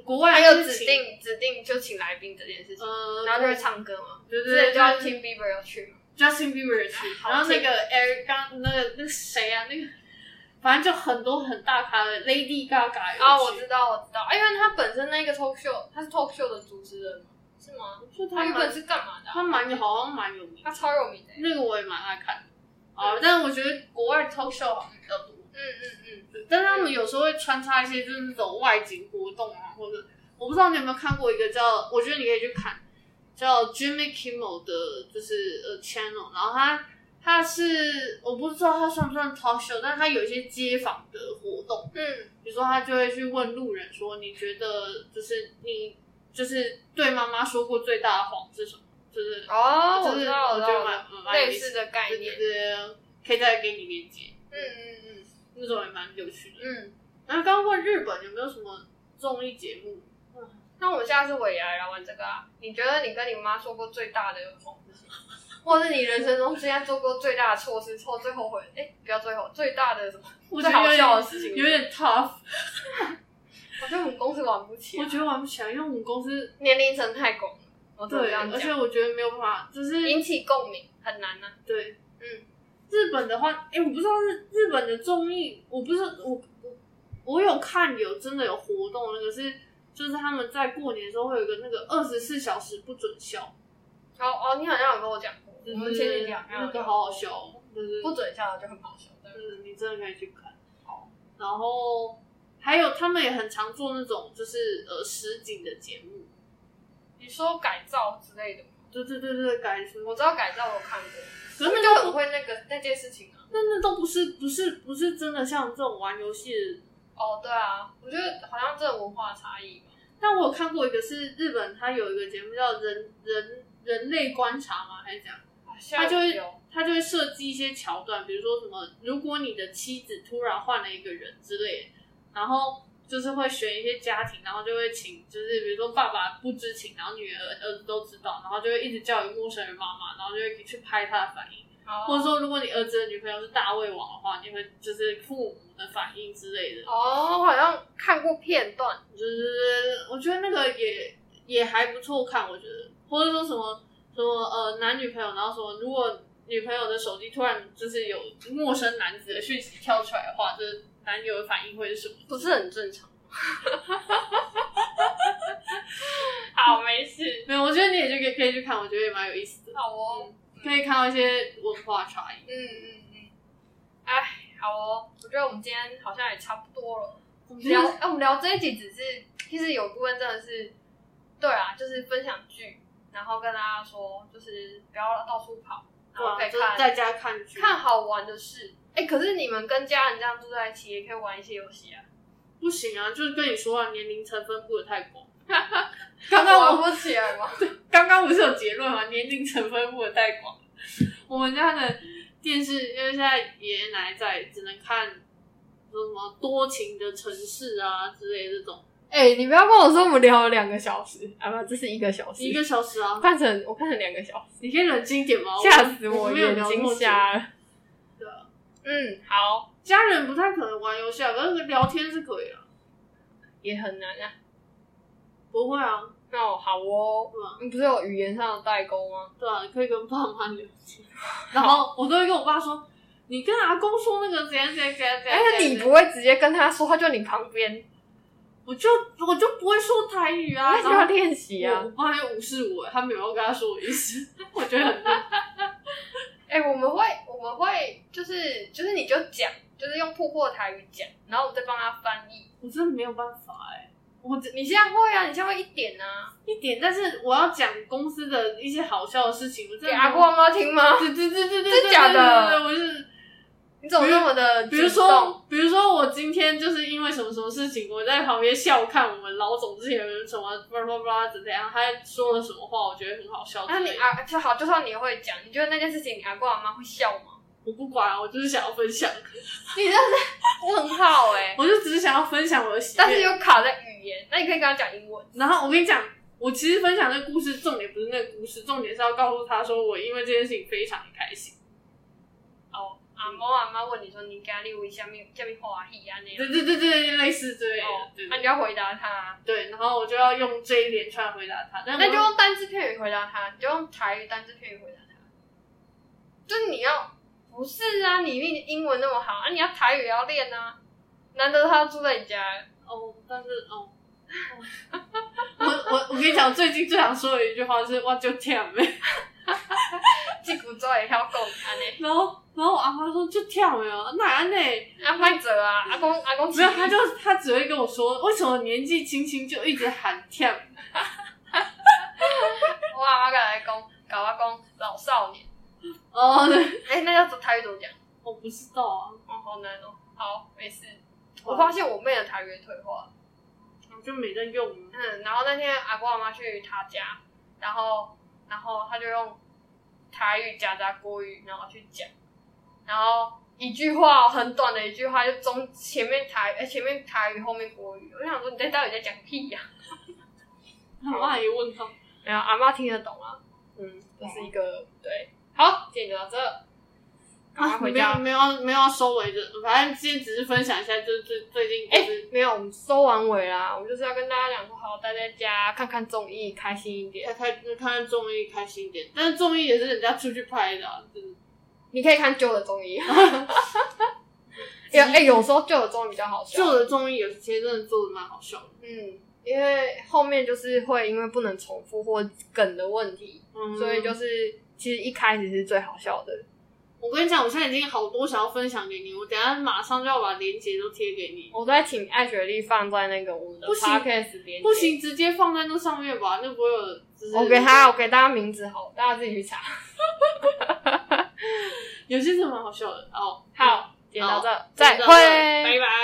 [SPEAKER 2] 国外
[SPEAKER 1] 还
[SPEAKER 2] 就
[SPEAKER 1] 有
[SPEAKER 2] 是
[SPEAKER 1] 指
[SPEAKER 2] 请，
[SPEAKER 1] 定指定就请来宾这件事情，
[SPEAKER 2] 呃，
[SPEAKER 1] 然后就会唱歌嘛，
[SPEAKER 2] 对
[SPEAKER 1] 之
[SPEAKER 2] 对
[SPEAKER 1] 前
[SPEAKER 2] 对，
[SPEAKER 1] 就要 Tim Bieber 有去嘛，
[SPEAKER 2] Justin Bieber 去，
[SPEAKER 1] 好
[SPEAKER 2] 然后那
[SPEAKER 1] 听
[SPEAKER 2] 个 Eric 刚那个那个谁啊，那个反正就很多很大咖的 Lady Gaga 有
[SPEAKER 1] 啊，我
[SPEAKER 2] 去
[SPEAKER 1] 知道我知道，啊因为他本身那个 talk show，他是 talk show 的主持人嘛，是吗？
[SPEAKER 2] 就他
[SPEAKER 1] 他原本
[SPEAKER 2] 蛮
[SPEAKER 1] 是干嘛的啊、
[SPEAKER 2] 他蛮有好像蛮有名
[SPEAKER 1] 他，超有名的欸、
[SPEAKER 2] 那个我也蛮爱看的啊，但是我觉得国外 talk show 好像比较多，
[SPEAKER 1] 嗯嗯嗯。
[SPEAKER 2] 但是他们有时候会穿插一些就是那种外景活动啊，或者我不知道你有没有看过一个叫，我觉得你可以去看，叫 Jimmy Kimmel 的，就是呃 channel，然后他他是我不知道他算不算 talk show，但是他有一些街访的活动，
[SPEAKER 1] 嗯，
[SPEAKER 2] 比如说他就会去问路人说，你觉得就是你就是对妈妈说过最大的谎是什么？就是
[SPEAKER 1] 哦，
[SPEAKER 2] 就
[SPEAKER 1] 我
[SPEAKER 2] 是
[SPEAKER 1] 知道，知道
[SPEAKER 2] 我觉得
[SPEAKER 1] 我知道，
[SPEAKER 2] 蛮蛮有
[SPEAKER 1] 类
[SPEAKER 2] 意
[SPEAKER 1] 似
[SPEAKER 2] 思
[SPEAKER 1] 的概
[SPEAKER 2] 对
[SPEAKER 1] 念
[SPEAKER 2] 对。对，可以再给你链接，
[SPEAKER 1] 嗯嗯嗯
[SPEAKER 2] 那种也蛮有趣的。
[SPEAKER 1] 嗯。
[SPEAKER 2] 然后刚刚问日本有没有什么综艺节目？
[SPEAKER 1] 那我们下次我也来聊玩这个啊。你觉得你跟你妈说过最大的谎是什么？或是你人生中现在做过最大的错事或最后悔？哎、不要最后，最大的什么？
[SPEAKER 2] 我
[SPEAKER 1] 最
[SPEAKER 2] 觉得
[SPEAKER 1] 好
[SPEAKER 2] 有
[SPEAKER 1] 笑的
[SPEAKER 2] 点
[SPEAKER 1] 事情？
[SPEAKER 2] 有，点 tough，
[SPEAKER 1] 我觉得我们公司玩不起、
[SPEAKER 2] 我
[SPEAKER 1] 啊，
[SPEAKER 2] 觉得玩不起来，因为我们公司
[SPEAKER 1] 年龄层太广了。我只能这哦
[SPEAKER 2] 对，
[SPEAKER 1] 样
[SPEAKER 2] 而且
[SPEAKER 1] 讲，
[SPEAKER 2] 我觉得没有办法，就是
[SPEAKER 1] 引起共鸣很难啊。
[SPEAKER 2] 对，
[SPEAKER 1] 嗯，
[SPEAKER 2] 日本的话，哎，我不知道是日本的综艺，我不是我我我有看有真的有活动，那个是就是他们在过年的时候会有一个那个二十四小时不准笑，
[SPEAKER 1] 哦哦，你好像有跟我讲过，我们前几
[SPEAKER 2] 对
[SPEAKER 1] 天好像有
[SPEAKER 2] 那个
[SPEAKER 1] 讲
[SPEAKER 2] 好
[SPEAKER 1] 过
[SPEAKER 2] 好笑，哦，对对对
[SPEAKER 1] 嗯不准笑就很好笑。对
[SPEAKER 2] 嗯，你真的可以去看。好，然后还有他们也很常做那种就是呃实景的节目，
[SPEAKER 1] 你说改造之类的吗？
[SPEAKER 2] 对对对对，改什
[SPEAKER 1] 我
[SPEAKER 2] 么？
[SPEAKER 1] 知道改造，我看过，
[SPEAKER 2] 可是那
[SPEAKER 1] 就
[SPEAKER 2] 个
[SPEAKER 1] 很会那个那件事情啊。
[SPEAKER 2] 那那都不是不是不是真的像这种玩游戏的。
[SPEAKER 1] 哦，对啊，我觉得好像这文化差异吧。
[SPEAKER 2] 但我有看过一个是日本，它有一个节目叫人人人类观察吗？还是怎样？
[SPEAKER 1] 他
[SPEAKER 2] 他就会
[SPEAKER 1] 有
[SPEAKER 2] 他就会设计一些桥段，比如说什么，如果你的妻子突然换了一个人之类的，然后就是会选一些家庭，然后就会请，就是比如说爸爸不知情，然后女儿儿子都知道，然后就会一直叫一个陌生人妈妈，然后就会去拍他的反应，或者
[SPEAKER 1] 哦
[SPEAKER 2] 说如果你儿子的女朋友是大胃王的话，你会就是父母的反应之类的，
[SPEAKER 1] 哦，我好像看过片段，
[SPEAKER 2] 就是我觉得那个也也还不错看，我觉得，或者说什么什么呃男女朋友，然后什么如果女朋友的手机突然就是有陌生男子的讯息跳出来的话，就是男友的反应会是什么？
[SPEAKER 1] 不是很正常。 [LAUGHS] 好，没事。
[SPEAKER 2] 没有，我觉得你也就可以可以去看，我觉得也蛮有意思的，
[SPEAKER 1] 好哦，
[SPEAKER 2] 可以看到一些文化差异。
[SPEAKER 1] 嗯嗯嗯。哎，好哦，我觉得我们今天好像也差不多了。聊，
[SPEAKER 2] [LAUGHS]
[SPEAKER 1] 哎、我们聊这一集只是，其实有部分真的是，对啊，就是分享剧，然后跟大家说，就是不要到处跑，然
[SPEAKER 2] 对
[SPEAKER 1] 后
[SPEAKER 2] 啊，
[SPEAKER 1] 可以
[SPEAKER 2] 就是
[SPEAKER 1] 看
[SPEAKER 2] 在家看剧，
[SPEAKER 1] 看好玩的事。哎、可是你们跟家人这样住在一起，也可以玩一些游戏啊。
[SPEAKER 2] 不行啊，就是跟你说啊，年龄层分布的太
[SPEAKER 1] [LAUGHS]
[SPEAKER 2] 广。刚刚我
[SPEAKER 1] 玩不起来吗？
[SPEAKER 2] 刚刚不是有结论吗？年龄层分布的太广， [LAUGHS] 我们家的电视因为现在爷爷奶奶在，只能看说什么多情的城市啊之类的这种，
[SPEAKER 5] 哎、你不要跟我说我们聊了两个小时，啊不，这是一个小时，
[SPEAKER 2] 一个小时啊，
[SPEAKER 5] 看成我看成两个小时，
[SPEAKER 2] 你可以冷静一点吗？
[SPEAKER 5] 吓死
[SPEAKER 2] 我
[SPEAKER 5] 我，
[SPEAKER 2] 们没有
[SPEAKER 5] 眼
[SPEAKER 2] 聊那
[SPEAKER 5] 睛
[SPEAKER 2] 么久
[SPEAKER 5] 瞎了。
[SPEAKER 1] 嗯，好，
[SPEAKER 2] 家人不太可能玩游戏啊，可是聊天是可以啊，
[SPEAKER 1] 也很难啊。
[SPEAKER 2] 不会啊，
[SPEAKER 1] 哦，好哦
[SPEAKER 2] 对啊，
[SPEAKER 1] 你不是有语言上的代沟吗？
[SPEAKER 2] 对啊，可以跟爸妈聊天。然后我都会跟我爸说，你跟阿公说那个怎样怎样怎样
[SPEAKER 5] 哎
[SPEAKER 2] 怎
[SPEAKER 1] 但
[SPEAKER 2] 样。
[SPEAKER 1] 是哎你
[SPEAKER 2] 怎样
[SPEAKER 1] 不，会直接跟他说，他就你旁边，
[SPEAKER 2] 我就我就不会说台语啊。
[SPEAKER 1] 那就要
[SPEAKER 2] 然后
[SPEAKER 1] 练习啊
[SPEAKER 2] 我我。爸又无视我，他没有要跟他说我意思，我觉得很
[SPEAKER 1] 哎、我们会，我们会，就是就是，你就讲，就是用破破台语讲，然后我们再帮他翻译。
[SPEAKER 2] 我真的没有办法哎、我这
[SPEAKER 1] 你现在会啊，你现在会一点啊，
[SPEAKER 2] 一点，但是我要讲公司的一些好笑的事情，我真的
[SPEAKER 1] 给阿公阿妈听吗？
[SPEAKER 2] 对对对对对，
[SPEAKER 1] 真假的
[SPEAKER 2] 对对对对我是
[SPEAKER 1] 你怎么那么的
[SPEAKER 2] 比如
[SPEAKER 1] 激动
[SPEAKER 2] 说，比如说我今天就是因为什么什么事情，我在旁边笑看我们老总之前有什么巴拉巴拉巴拉怎样，他说了什么话，我觉得很好笑之
[SPEAKER 1] 那
[SPEAKER 2] 类的。
[SPEAKER 1] 你啊，就好，就算你会讲，你觉得那件事情你阿公阿妈会笑吗？
[SPEAKER 2] 我不管，我就是想要分享，
[SPEAKER 1] [LAUGHS] 你这是 [LAUGHS] 问号哎、
[SPEAKER 2] 我就只是想要分享我的喜悦。
[SPEAKER 1] 但是又卡在语言，那你可以跟他讲英文。
[SPEAKER 2] 然后我跟你讲，我其实分享这个故事，重点不是那个故事，重点是要告诉他说，我因为这件事情非常开心。
[SPEAKER 1] 哦，阿公阿妈问你说你家里为下面下面欢喜啊那样
[SPEAKER 2] 对，对对对，类似之类的，
[SPEAKER 1] 哦
[SPEAKER 2] 对
[SPEAKER 1] 那、
[SPEAKER 2] 对
[SPEAKER 1] 你就要回答他啊、
[SPEAKER 2] 对。然后我就要用这一连串回答他，但我
[SPEAKER 1] 那就用单字片语回答他，你就用台语单字片语回答他。就是你要不是啊，你英英文那么好啊，你要台语也要练啊。难得他住在你家，
[SPEAKER 2] 哦，但是哦， [LAUGHS] 我我我跟你讲，最近最想说的一句话是“我就跳呗
[SPEAKER 1] 这古咒也要讲安”，尼，
[SPEAKER 2] [LAUGHS] 然后然后我阿妈说就跳呗哦，哪安呢？
[SPEAKER 1] 啊，麦哲啊，阿公阿公
[SPEAKER 2] [LAUGHS] 没有，他就他只会跟我说，为什么年纪轻轻就一直喊跳？
[SPEAKER 1] 我阿妈来讲，搞阿公老少年，
[SPEAKER 2] 哦，对，
[SPEAKER 1] 哎、那要怎台语怎么讲？
[SPEAKER 2] 我不知道啊，
[SPEAKER 1] 哦，好难哦。好，没事。我发现我妹的台语退化了。
[SPEAKER 2] 我就没在用啊。
[SPEAKER 1] 嗯，然后那天阿公阿妈去他家，然后然后他就用台语夹杂国语，然后去讲，然后一句话哦很短的一句话，就中前面台呃前面台语后面国语，我想说你在到底在讲屁呀、
[SPEAKER 2] 我阿姨问他，
[SPEAKER 1] 然后阿妈听得懂啊，嗯，这是一个对。好，今天就到这，赶快
[SPEAKER 2] 啊，
[SPEAKER 1] 回
[SPEAKER 2] [LAUGHS] 没
[SPEAKER 1] 家。
[SPEAKER 2] 有没有没有要收尾的，反正今天只是分享一下，就是最最近就
[SPEAKER 1] 哎、
[SPEAKER 2] 是
[SPEAKER 1] 没有，我们收完尾啦，我们就是要跟大家讲说，好好待在家，看看综艺，开心一点。
[SPEAKER 2] 看哎看看看综艺开心一点，但是综艺也是人家出去拍的、啊，真的。
[SPEAKER 1] 你可以看旧的综
[SPEAKER 2] [LAUGHS]
[SPEAKER 1] 艺，有哎、有时候旧的综艺比较好笑，
[SPEAKER 2] 旧的综艺有些真的做的蛮好笑的，
[SPEAKER 1] 嗯，因为后面就是会因为不能重复或梗的问题，
[SPEAKER 2] 嗯
[SPEAKER 1] 所以就是其实一开始是最好笑的。
[SPEAKER 2] 我跟你讲，我现在已经好多想要分享给你，我等一下马上就要把链接都贴给你，
[SPEAKER 1] 我在请艾雪莉放在那个我们的
[SPEAKER 2] 不行
[SPEAKER 1] podcast 连接
[SPEAKER 2] 不，行，直接放在那上面吧，那不会有。就是
[SPEAKER 1] 我给他，我给大家名字好，大家自己去查。
[SPEAKER 2] 有些是蛮好笑的哦。哦
[SPEAKER 1] 好，今天到这，
[SPEAKER 2] 好，
[SPEAKER 1] 再
[SPEAKER 2] 就
[SPEAKER 1] 会，
[SPEAKER 2] 这样拜拜。